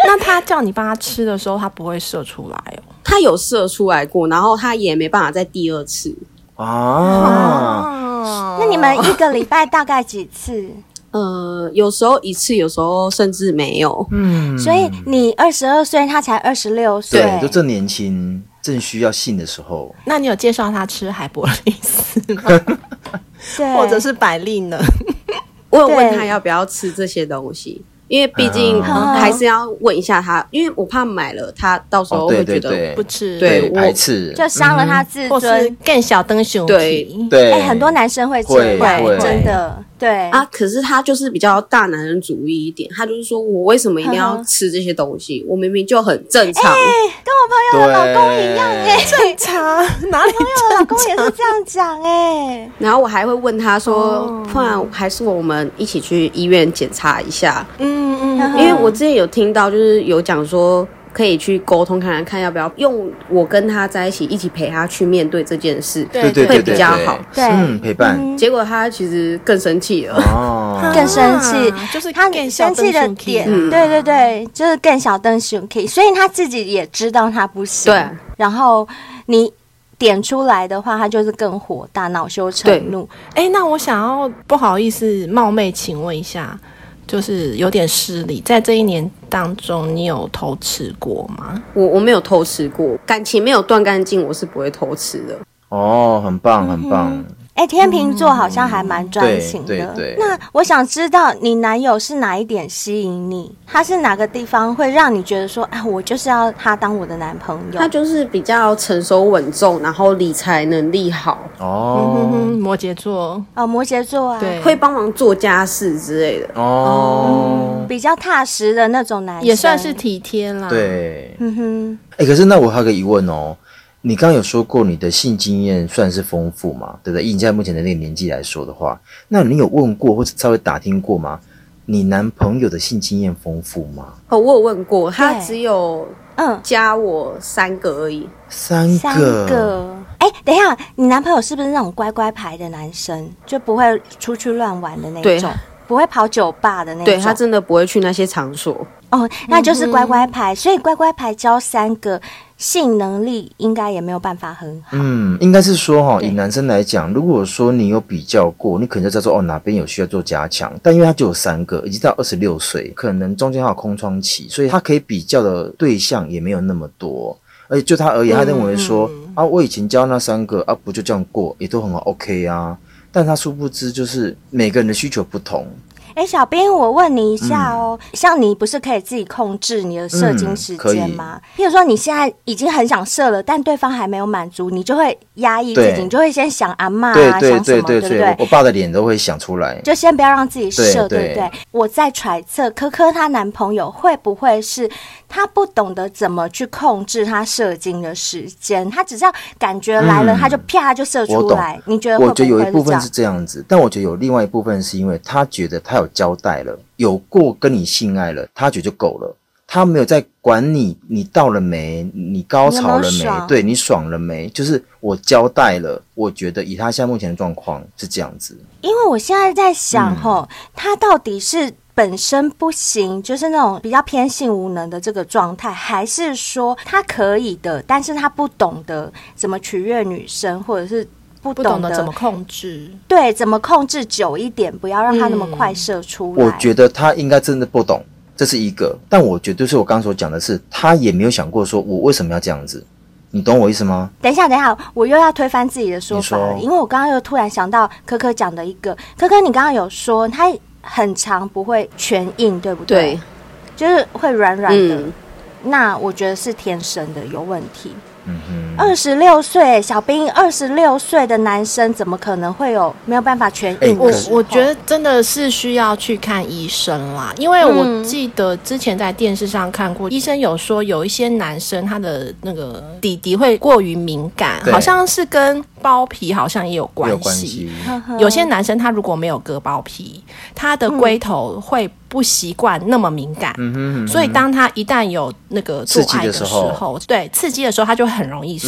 [SPEAKER 3] 那他叫你帮他吃的时候，他不会射出来哦。
[SPEAKER 5] 他有射出来过，然后他也没办法再第二次。
[SPEAKER 2] 啊，
[SPEAKER 4] 那你们一个礼拜大概几次？
[SPEAKER 5] 呃，有时候一次，有时候甚至没有。
[SPEAKER 2] 嗯，
[SPEAKER 4] 所以你二十二岁，他才二十六岁。
[SPEAKER 2] 对，就正年轻，正需要性的时候，
[SPEAKER 3] 那你有介绍他吃海博利斯吗？
[SPEAKER 4] 对
[SPEAKER 3] 或者是百利呢？
[SPEAKER 5] 我有问
[SPEAKER 4] 对
[SPEAKER 5] 他要不要吃这些东西，因为毕竟
[SPEAKER 2] 啊
[SPEAKER 5] 还是要问一下他，因为我怕买了他到时候
[SPEAKER 2] 哦对
[SPEAKER 5] 会觉
[SPEAKER 2] 对对
[SPEAKER 5] 得
[SPEAKER 3] 不吃，
[SPEAKER 5] 对我
[SPEAKER 2] 排斥，
[SPEAKER 4] 就伤了他自
[SPEAKER 3] 或是
[SPEAKER 4] 尊。
[SPEAKER 3] 更小灯熊
[SPEAKER 5] 对
[SPEAKER 3] 皮。
[SPEAKER 2] 对、
[SPEAKER 4] 哎、很多男生会这
[SPEAKER 2] 会
[SPEAKER 4] 样，
[SPEAKER 2] 会
[SPEAKER 4] 真的，对
[SPEAKER 5] 啊。可是他就是比较大男人主义一点，他就是说我为什么一定要吃这些东西？我明明就很正常。
[SPEAKER 4] 哎跟我朋友的老公一样哎、
[SPEAKER 3] 正常，哪里
[SPEAKER 4] 我老
[SPEAKER 3] 正
[SPEAKER 4] 公也是这样讲哎、
[SPEAKER 5] 然后我还会问他说，不然还是我们一起去医院检查一下，
[SPEAKER 3] 嗯嗯，
[SPEAKER 4] 嗯
[SPEAKER 5] 因为我之前有听到，就是有讲说可以去沟通看看，看要不要用我跟他在一起，一起陪他去面对这件事。
[SPEAKER 2] 对对
[SPEAKER 5] 会
[SPEAKER 2] 对
[SPEAKER 5] 比
[SPEAKER 2] 对
[SPEAKER 5] 较
[SPEAKER 2] 对
[SPEAKER 5] 好
[SPEAKER 4] 对
[SPEAKER 2] 嗯，陪伴、
[SPEAKER 4] 嗯
[SPEAKER 5] 结果他其实更生气了。
[SPEAKER 2] 哦，
[SPEAKER 4] 更生气
[SPEAKER 3] 啊就是
[SPEAKER 4] 他
[SPEAKER 3] 更小
[SPEAKER 4] 生气的
[SPEAKER 3] 灯熊皮
[SPEAKER 4] 点，
[SPEAKER 5] 嗯
[SPEAKER 4] 对对对，就是更小灯熊 K，所以他自己也知道他不行。
[SPEAKER 5] 对，
[SPEAKER 4] 然后你点出来的话，他就是更火大、恼羞
[SPEAKER 5] 对
[SPEAKER 4] 成怒。
[SPEAKER 3] 哎，那我想要不好意思冒昧请问一下，就是有点失礼，在这一年当中，你有偷吃过吗？
[SPEAKER 5] 我我没有偷吃过，感情没有断干净，我是不会偷吃的。
[SPEAKER 2] 哦，很棒，很棒。
[SPEAKER 4] 哎、天秤座好像还蛮专
[SPEAKER 2] 对
[SPEAKER 4] 情的。
[SPEAKER 2] 嗯对对
[SPEAKER 4] 那我想知道你男友是哪一点吸引你？他是哪个地方会让你觉得说，哎，我就是要他当我的男朋友？
[SPEAKER 5] 他就是比较成熟稳重，然后理财能力好，
[SPEAKER 3] 嗯哼
[SPEAKER 2] 哦
[SPEAKER 3] 哼，摩羯座，
[SPEAKER 4] 哦，摩羯座啊，
[SPEAKER 3] 对，
[SPEAKER 5] 会帮忙做家事之类的。
[SPEAKER 2] 哦，
[SPEAKER 4] 比较踏实的那种男生，
[SPEAKER 3] 也算是体贴啦。，
[SPEAKER 2] 对。
[SPEAKER 4] 嗯哼，
[SPEAKER 2] 哎，可是那我还有个疑问哦，你刚刚有说过你的性经验算是丰富嘛，对不对？以你现在目前的那个年纪来说的话，那你有问过或者稍微打听过吗？你男朋友的性经验丰富吗？
[SPEAKER 5] 哦，我有问过，他
[SPEAKER 4] 对
[SPEAKER 5] 只有
[SPEAKER 4] 嗯，
[SPEAKER 5] 加我三个而已。
[SPEAKER 2] 三个，
[SPEAKER 4] 三个。哎、等一下，你男朋友是不是那种乖乖牌的男生，就不会出去乱玩的那
[SPEAKER 5] 对
[SPEAKER 4] 种，不会跑酒吧的那种？
[SPEAKER 5] 对他嗯真的不会去那些场所。
[SPEAKER 4] 哦，那就是乖乖牌，所以乖乖牌交三个，性能力应该也没有办法很好。
[SPEAKER 2] 嗯，应该是说哈、以男生来讲，如果说你有比较过，你可能就知道说哦哪边有需要做加强，但因为他就有三个，已经到二十六岁，可能中间还有空窗期，所以他可以比较的对象也没有那么多。而且就他而言，他认
[SPEAKER 4] 嗯
[SPEAKER 2] 为说、啊，我以前教那三个啊，不就这样过，也都很好 OK 啊。但他殊不知，就是每个人的需求不同，
[SPEAKER 4] 哎、哎，小兵，我问你一下
[SPEAKER 2] 嗯
[SPEAKER 4] 哦，像你不是可以自己控制你的射精时间吗？譬如说你现在已经很想射了，但对方还没有满足，你就会压抑自己，
[SPEAKER 2] 对
[SPEAKER 4] 你就会先想阿嬷
[SPEAKER 2] 对
[SPEAKER 4] 啊，
[SPEAKER 2] 对
[SPEAKER 4] 想什
[SPEAKER 2] 对
[SPEAKER 4] 么，对
[SPEAKER 2] 对
[SPEAKER 4] 不
[SPEAKER 2] 对，我
[SPEAKER 4] 对？
[SPEAKER 2] 我爸的脸都会想出来。
[SPEAKER 4] 就先不要让自己射，
[SPEAKER 2] 对
[SPEAKER 4] 对不对
[SPEAKER 2] 对？
[SPEAKER 4] 我在揣测科科她男朋友会不会是她不懂得怎么去控制她射精的时间，她只是要感觉来了，
[SPEAKER 2] 嗯
[SPEAKER 4] 她就啪就射
[SPEAKER 2] 我
[SPEAKER 4] 出
[SPEAKER 2] 懂
[SPEAKER 4] 来。你觉得会
[SPEAKER 2] 我
[SPEAKER 4] 不
[SPEAKER 2] 觉
[SPEAKER 4] 会
[SPEAKER 2] 得有一部
[SPEAKER 4] 这
[SPEAKER 2] 分
[SPEAKER 4] 样
[SPEAKER 2] 是？这样子，但我觉得有另外一部分是因为他觉得他有交代了，有过跟你性爱了，他觉得就够了，他没有在管你你到了没，你高潮了
[SPEAKER 4] 你
[SPEAKER 2] 没，
[SPEAKER 4] 有没有爽
[SPEAKER 2] 对你爽了没，就是我交代了。我觉得以他现在目前的状况是这样子，
[SPEAKER 4] 因为我现在在想，吼、他到底是本身不行，就是那种比较偏性无能的这个状态，还是说他可以的，但是他不懂得怎么取悦女生，或者是不
[SPEAKER 3] 不
[SPEAKER 4] 懂
[SPEAKER 3] 懂
[SPEAKER 4] 得
[SPEAKER 3] 得怎么控制。
[SPEAKER 4] 对怎么控制久一点，不要让他那么快射出来。
[SPEAKER 2] 我觉得他应该真的不懂，这是一个。但我觉得就是我刚刚所讲的是，他也没有想过说我为什么要这样子，你懂我意思吗？
[SPEAKER 4] 等一下，等一下，我又要推翻自己的说法了，
[SPEAKER 2] 你说
[SPEAKER 4] 因为我刚刚又突然想到可可讲的一个，可可你刚刚有说他很长不会全硬，对不
[SPEAKER 5] 对，
[SPEAKER 4] 就是会软软的。
[SPEAKER 5] 嗯
[SPEAKER 4] 那我觉得是天生的有问题。
[SPEAKER 2] 嗯哼。
[SPEAKER 4] 二十六岁小兵，二十六岁的男生怎么可能会有没有办法全硬
[SPEAKER 2] 哎
[SPEAKER 4] 的
[SPEAKER 3] 我
[SPEAKER 2] 可
[SPEAKER 4] 时候？
[SPEAKER 3] 我觉得真的是需要去看医生啦，因为
[SPEAKER 2] 嗯
[SPEAKER 3] 我记得之前在电视上看过，医生有说有一些男生他的那个底底会过于敏感，
[SPEAKER 2] 对
[SPEAKER 3] 好像是跟包皮好像也有
[SPEAKER 2] 没
[SPEAKER 3] 关
[SPEAKER 2] 有关
[SPEAKER 3] 系
[SPEAKER 2] 系。，
[SPEAKER 4] 呵呵
[SPEAKER 3] 有些男生他如果没有割包皮，他的龟头会不习惯那么敏感，
[SPEAKER 2] 嗯哼嗯
[SPEAKER 3] 所以
[SPEAKER 2] 哼
[SPEAKER 3] 当他一旦有那个做
[SPEAKER 2] 刺激
[SPEAKER 3] 爱
[SPEAKER 2] 的
[SPEAKER 3] 的
[SPEAKER 2] 时
[SPEAKER 3] 时
[SPEAKER 2] 候
[SPEAKER 3] 候，对刺激的时候，他就很容易
[SPEAKER 2] 嗯
[SPEAKER 3] 射。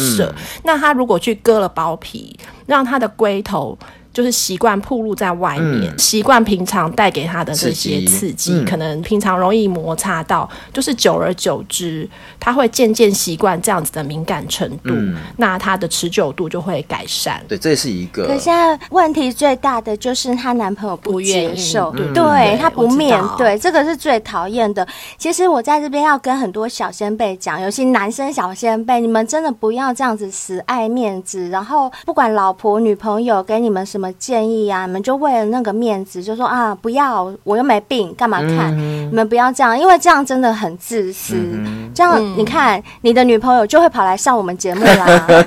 [SPEAKER 3] 那他如果去割了包皮，让他的龟头。就是习惯暴露在外面，
[SPEAKER 2] 嗯
[SPEAKER 3] 习惯平常带给他的这
[SPEAKER 2] 刺
[SPEAKER 3] 些
[SPEAKER 2] 激
[SPEAKER 3] 刺激，
[SPEAKER 2] 嗯
[SPEAKER 3] 可能平常容易摩擦到，就是久而久之，他会渐渐习惯这样子的敏感程度，
[SPEAKER 2] 嗯
[SPEAKER 3] 那他的持久度就会改善。
[SPEAKER 2] 对，这也是一个。
[SPEAKER 4] 可现在问题最大的就是她男朋友
[SPEAKER 3] 不
[SPEAKER 4] 接
[SPEAKER 3] 愿意
[SPEAKER 4] 受，
[SPEAKER 3] 对
[SPEAKER 4] 对
[SPEAKER 3] 对
[SPEAKER 4] 她不
[SPEAKER 3] 我知
[SPEAKER 4] 面
[SPEAKER 3] 道
[SPEAKER 4] 对，这个是最讨厌的。其实我在这边要跟很多小先辈讲，尤其男生小先辈，你们真的不要这样子死爱面子，然后不管老婆、女朋友给你们什么建议啊，你们就为了那个面子就说啊不要，我又没病，干嘛
[SPEAKER 3] 嗯
[SPEAKER 4] 看？你们不要这样，因为这样真的很自私。这样你看，你的女朋友就会跑来上我们节目啦。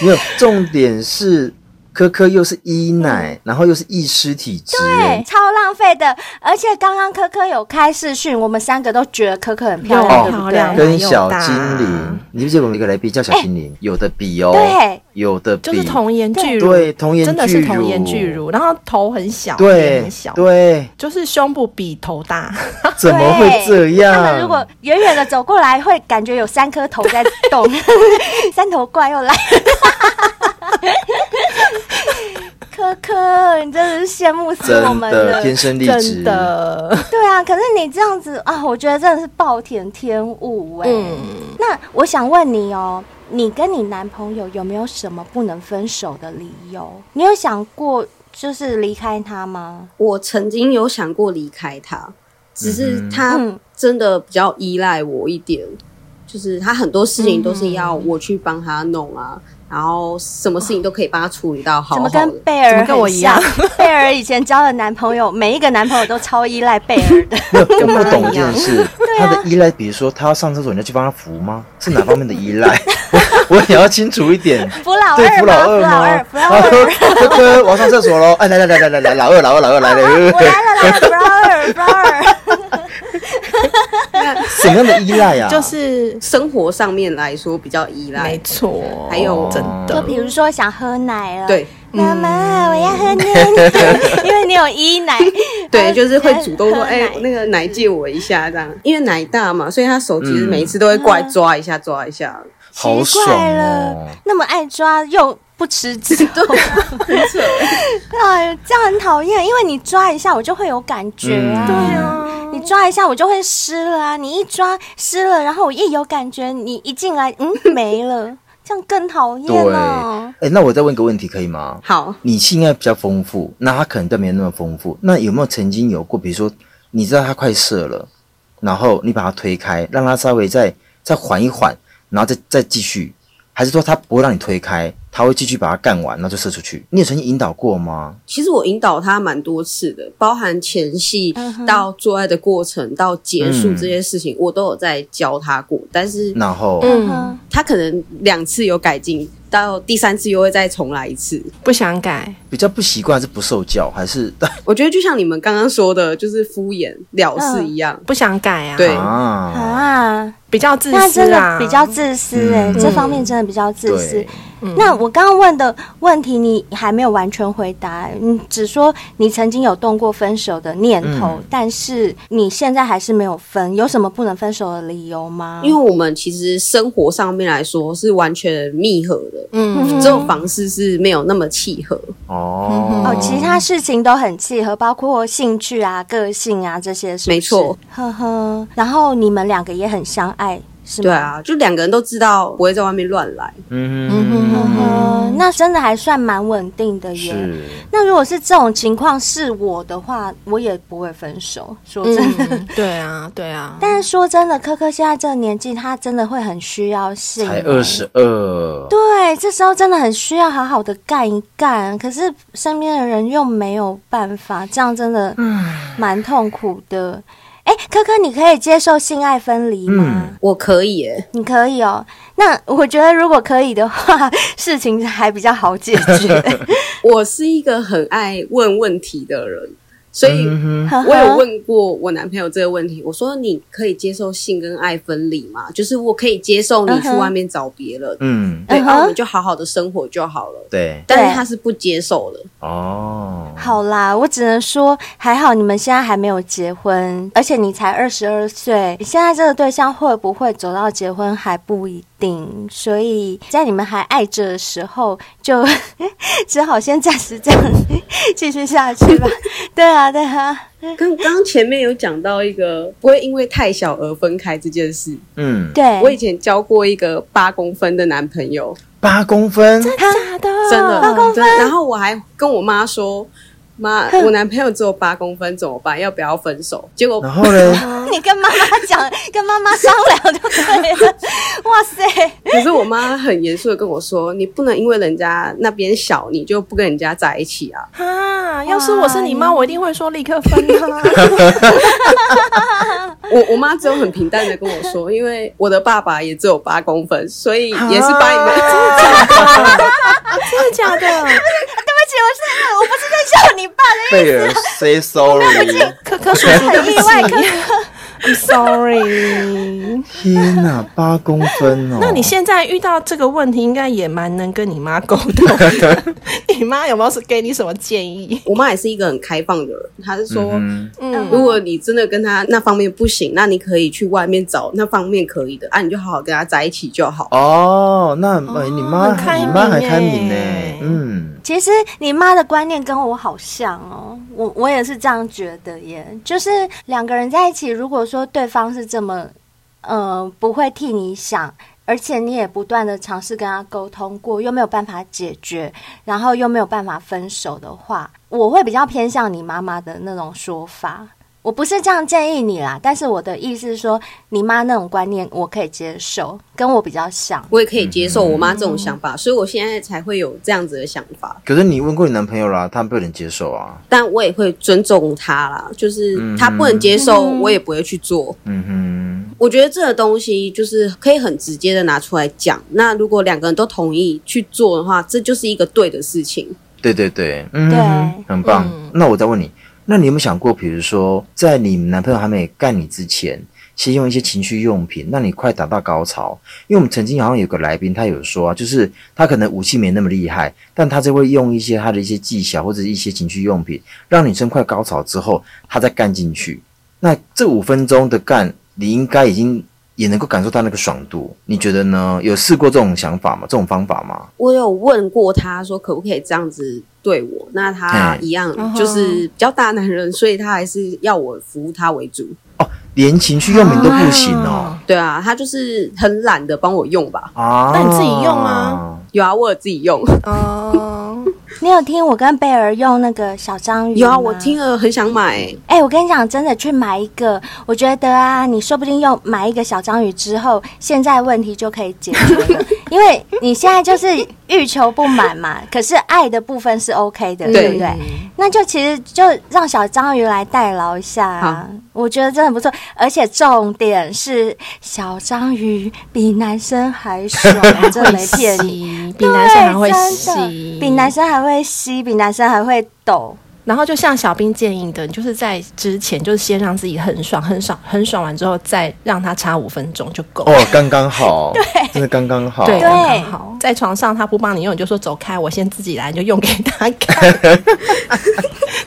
[SPEAKER 2] 没有，重点是科科又是一奶，然后又是易失体质，
[SPEAKER 4] 对，超浪费的。而且刚刚科科有开视讯，我们三个都觉得科科很漂亮，
[SPEAKER 2] 哦
[SPEAKER 4] 对不
[SPEAKER 3] 漂
[SPEAKER 4] 对
[SPEAKER 3] 亮？
[SPEAKER 2] 跟小精
[SPEAKER 3] 哎呦
[SPEAKER 2] 灵，你记得我们有一个来宾叫小精灵，有的比哦，
[SPEAKER 4] 对，
[SPEAKER 2] 有的比，
[SPEAKER 3] 就是童颜巨乳，
[SPEAKER 2] 对童颜
[SPEAKER 3] 真的是
[SPEAKER 2] 巨
[SPEAKER 3] 童颜
[SPEAKER 2] 乳
[SPEAKER 3] 巨乳，然后头很小，脸
[SPEAKER 2] 对
[SPEAKER 3] 很小，，
[SPEAKER 2] 对，
[SPEAKER 3] 就是胸部比头大，
[SPEAKER 2] 怎么会这
[SPEAKER 4] 他们如
[SPEAKER 2] 样
[SPEAKER 4] 果？远远的走过来，会感觉有三颗头在 动，三头怪又来。 科科，你真的是羡慕死我
[SPEAKER 2] 真
[SPEAKER 4] 们了
[SPEAKER 2] 的。天生丽质
[SPEAKER 3] 真，的，
[SPEAKER 4] 对啊，可是你这样子啊，我觉得真的是暴殄天物哎、
[SPEAKER 3] 嗯，
[SPEAKER 4] 那我想问你哦，你跟你男朋友有没有什么不能分手的理由？你有想过就是离开他吗？
[SPEAKER 5] 我曾经有想过离开他，只是
[SPEAKER 4] 嗯
[SPEAKER 5] 他真的比较依赖我一点，就是他很多事情都是要我去帮他弄啊，然后什么事情都可以帮他处理到好
[SPEAKER 4] 怎
[SPEAKER 5] 好
[SPEAKER 4] 么
[SPEAKER 5] 的
[SPEAKER 4] 跟。贝尔
[SPEAKER 3] 怎么跟我
[SPEAKER 4] 很
[SPEAKER 3] 一样
[SPEAKER 4] 像？贝尔以前交的男朋友，每一个男朋友都超依赖贝尔的。
[SPEAKER 2] 没有我不懂一件事，
[SPEAKER 4] 啊
[SPEAKER 2] 他的依赖，比如说他要上厕所，你要去帮他扶吗？是哪方面的依赖？ 我我也要清楚一点。
[SPEAKER 4] 扶老
[SPEAKER 2] 对，
[SPEAKER 4] 二
[SPEAKER 2] 扶
[SPEAKER 4] 吗？
[SPEAKER 2] 老
[SPEAKER 4] 扶
[SPEAKER 2] 二
[SPEAKER 4] 老二，
[SPEAKER 2] 吗？
[SPEAKER 4] 扶老 二。
[SPEAKER 2] 哥哥，我要上厕所喽！哎，来来来来来来，老二老二老二来来
[SPEAKER 4] 我，来了，来了，扶老二，扶老二。
[SPEAKER 2] 什么样的依 赖呀？
[SPEAKER 3] 就是
[SPEAKER 5] 生活上面来说比较依赖
[SPEAKER 3] 没，错，
[SPEAKER 5] 还有
[SPEAKER 3] 真
[SPEAKER 4] 就
[SPEAKER 3] 的
[SPEAKER 4] 比如说想喝奶了，
[SPEAKER 5] 对，
[SPEAKER 4] 妈妈，我要喝奶，因为你有依奶。呃
[SPEAKER 5] 对，就是会主动说，哎、
[SPEAKER 4] 那。
[SPEAKER 5] 那个奶借我一下这样，因为奶大嘛，所以他手
[SPEAKER 3] 嗯
[SPEAKER 5] 其实每一次都会过来抓一下、抓一下，
[SPEAKER 2] 好
[SPEAKER 4] 奇怪
[SPEAKER 2] 爽
[SPEAKER 4] 了
[SPEAKER 2] 哦！
[SPEAKER 4] 那么爱抓又不吃止痛，哎呦，这样很讨厌，因为你抓一下我就会有感觉啊，
[SPEAKER 2] 嗯对
[SPEAKER 4] 啊，你抓一下我就会湿了啊，你一抓湿了，然后我一有感觉，你一进来，嗯，没了，这样更讨厌
[SPEAKER 2] 对，
[SPEAKER 4] 哦。
[SPEAKER 2] 哎，那我再问一个问题可以吗？
[SPEAKER 5] 好，
[SPEAKER 2] 你性爱比较丰富，那他可能都没有那么丰富。那有没有曾经有过，比如说你知道他快射了，然后你把他推开，让他稍微再再缓一缓，然后再再继续，还是说他不会让你推开，他会继续把它干完，然后就射出去。你有曾经引导过吗？
[SPEAKER 5] 其实我引导他蛮多次的，包含前戏到做爱的过程到结束
[SPEAKER 2] 嗯
[SPEAKER 5] 这些事情，我都有在教他过。但是
[SPEAKER 2] 然后，
[SPEAKER 3] 嗯，
[SPEAKER 5] 他可能两次有改进，到第三次又会再重来一次。
[SPEAKER 3] 不想改，
[SPEAKER 2] 比较不习惯还是不受教，还是
[SPEAKER 5] 我觉得就像你们刚刚说的，就是敷衍了事一样。
[SPEAKER 3] 不想改啊，
[SPEAKER 5] 对
[SPEAKER 2] 啊？
[SPEAKER 4] 啊，
[SPEAKER 3] 比较自
[SPEAKER 4] 那真
[SPEAKER 3] 私
[SPEAKER 4] 的
[SPEAKER 3] 啊，
[SPEAKER 4] 比较自私哎、
[SPEAKER 2] 嗯
[SPEAKER 4] 这方面真的比较自私
[SPEAKER 2] 对。，
[SPEAKER 4] 那我刚刚问的问题你还没有完全回答，你只说你曾经有动过分手的念头，
[SPEAKER 2] 嗯
[SPEAKER 4] 但是你现在还是没有分，有什么不能分手的理由吗？
[SPEAKER 5] 因为我们其实生活上面来说是完全密合的，
[SPEAKER 3] 嗯，
[SPEAKER 5] 只有房事是没有那么契合。
[SPEAKER 2] 哦，
[SPEAKER 4] 哦，其他事情都很契合，包括兴趣啊、个性啊这些是不是
[SPEAKER 5] 没错，
[SPEAKER 4] 呵呵。然后你们两个也很相爱，是吗？
[SPEAKER 5] 对。啊，就两个人都知道不会在外面乱来。
[SPEAKER 2] 嗯
[SPEAKER 4] 嗯、那真的还算蛮稳定的耶。
[SPEAKER 2] 是
[SPEAKER 4] 那如果是这种情况是我的话，我也不会分手。说真的，
[SPEAKER 3] 嗯对啊，对啊，
[SPEAKER 4] 但是说真的，科科现在这个年纪，他真的会很需要性，
[SPEAKER 2] 才二。十二，
[SPEAKER 4] 对，这时候真的很需要好好的干一干，可是身边的人又没有办法，这样真的蛮痛苦的。哎，科科，你可以接受性爱分离吗？
[SPEAKER 2] 嗯
[SPEAKER 5] 我可以耶、
[SPEAKER 4] 你可以哦。那我觉得如果可以的话， 事情还比较好解决。
[SPEAKER 5] 我是一个很爱问问题的人，所以
[SPEAKER 2] 嗯哼
[SPEAKER 5] 我有问过我男朋友这个问题，我说你可以接受性跟爱分离吗？就是我可以接受你去
[SPEAKER 4] 嗯哼
[SPEAKER 5] 外面找别人，
[SPEAKER 2] 嗯，
[SPEAKER 5] 对，啊
[SPEAKER 4] 嗯哼
[SPEAKER 5] 然后我们就好好的生活就好了。
[SPEAKER 2] 对，
[SPEAKER 5] 但是他是不接受的，
[SPEAKER 2] 哦，
[SPEAKER 4] 好啦，我只能说还好你们现在还没有结婚，而且你才二十二岁，你现在这个对象会不会走到结婚还不一定，所以在你们还爱着的时候，就 只好先暂时这样继续下去吧。对啊，对啊，
[SPEAKER 5] 跟刚刚前面有讲到一个不会因为太小而分开这件事，
[SPEAKER 2] 嗯，
[SPEAKER 4] 对，
[SPEAKER 5] 我以前交过一个八公分的男朋友，
[SPEAKER 2] 八公分，
[SPEAKER 3] 假的，
[SPEAKER 4] 嗯
[SPEAKER 5] 真的八公分，然后我还跟我妈说。妈，我男朋友只有八公分，怎么办？要不要分手？结果
[SPEAKER 2] 然后呢？
[SPEAKER 4] 你跟妈妈讲，跟妈妈商量就对了。哇塞！
[SPEAKER 5] 可是我妈很严肃的跟我说：“你不能因为人家那边小，你就不跟人家在一起啊。
[SPEAKER 3] 啊，要是我是你妈，我一定会说立刻分 啊，
[SPEAKER 5] 我”我妈只有很平淡的跟我说：“因为我的爸爸也只有八公分，所以也是把你们？
[SPEAKER 3] 真的假的？
[SPEAKER 4] 对不起，我是我不是在笑你爸的
[SPEAKER 2] 被人 say sorry，
[SPEAKER 3] 可可叔叔，对不
[SPEAKER 4] 很意外
[SPEAKER 3] 起，I'm sorry。
[SPEAKER 2] 天哪，八公分哦！
[SPEAKER 3] 那你现在遇到这个问题，应该也蛮能跟你妈沟通 的。你妈有没有是给你什么建议
[SPEAKER 5] 我妈也是一个很开放的人，她是说。
[SPEAKER 2] 嗯
[SPEAKER 3] 嗯，
[SPEAKER 5] 如果你真的跟他那方面不行，那你可以去外面找那方面可以的啊，你就好好跟他在一起就好。
[SPEAKER 2] 哦，那呃你妈
[SPEAKER 3] 很开
[SPEAKER 2] 你
[SPEAKER 3] 明
[SPEAKER 2] 妈还开
[SPEAKER 3] 耶
[SPEAKER 2] 明呢，嗯，
[SPEAKER 4] 其实你妈的观念跟我好像哦，我我也是这样觉得耶。就是两个人在一起，如果说对方是这么，呃，不会替你想，而且你也不断的尝试跟他沟通过，又没有办法解决，然后又没有办法分手的话，我会比较偏向你妈妈的那种说法。我不是这样建议你啦，但是我的意思是说，你妈那种观念我可以接受，跟我比较像。
[SPEAKER 5] 我也可以接受我妈这种想法，所以我现在才会有这样子的想法。
[SPEAKER 2] 可是你问过你男朋友啦，他不能接受啊，
[SPEAKER 5] 但我也会尊重她啦，就是她不能接受，我也不会去做。
[SPEAKER 2] 嗯
[SPEAKER 5] 我觉得这个东西就是可以很直接的拿出来讲。那如果两个人都同意去做的话，这就是一个对的事情。
[SPEAKER 2] 哼，对对对，嗯哼，很棒。那我再问你，那你有没有想过，比如说在你男朋友还没干你之前，先用一些情趣用品，让你快达到高潮？因为我们曾经好像有个来宾，他有说啊，就是他可能武器没那么厉害，但他就会用一些他的一些技巧或者一些情趣用品，让女生快高潮之后，他再干进去。那这五分钟的干，你应该已经也能够感受到那个爽度，你觉得呢？有试过这种想法吗？这种方法吗？
[SPEAKER 5] 我有问过他说可不可以这样子对我，那他
[SPEAKER 2] 嗯
[SPEAKER 5] 一样就是比较大男人，所以他还是要我服务他为主。
[SPEAKER 2] 哦连情趣用品都不行哦。
[SPEAKER 5] 对啊，他就是很懒得帮我用吧。
[SPEAKER 2] 啊，
[SPEAKER 3] 那你自己用啊。
[SPEAKER 5] 有啊，我有自己用。
[SPEAKER 3] 哦，
[SPEAKER 4] 你有听我跟贝儿用那个小章鱼
[SPEAKER 5] 有啊，
[SPEAKER 4] 吗
[SPEAKER 5] 我听了很想买、
[SPEAKER 4] 哎、我跟你讲，真的去买一个，我觉得啊，你说不定用 买一个小章鱼之后，现在问题就可以解决了，因为你现在就是欲求不满嘛，可是爱的部分是 OK 的，对不对？那就其实就让小章鱼来代劳一下、啊
[SPEAKER 5] 好，
[SPEAKER 4] 我觉得真的很不错。而且重点是，小章鱼比男生 还爽，我真的没骗你。
[SPEAKER 3] 吸，比男生还会
[SPEAKER 4] 对真的
[SPEAKER 3] 吸，
[SPEAKER 4] 比男生还会吸，比男生还会抖。
[SPEAKER 3] 然后就像小兵建议的，你就是在之前就是先让自己很爽，很爽，很爽完之后再让他差五分钟就够。
[SPEAKER 2] 哦，刚刚好，真的刚刚好。
[SPEAKER 3] 对，
[SPEAKER 4] 对
[SPEAKER 3] 刚刚好，在床上他不帮你用，你就说走开，我先自己来，你就用给他 看，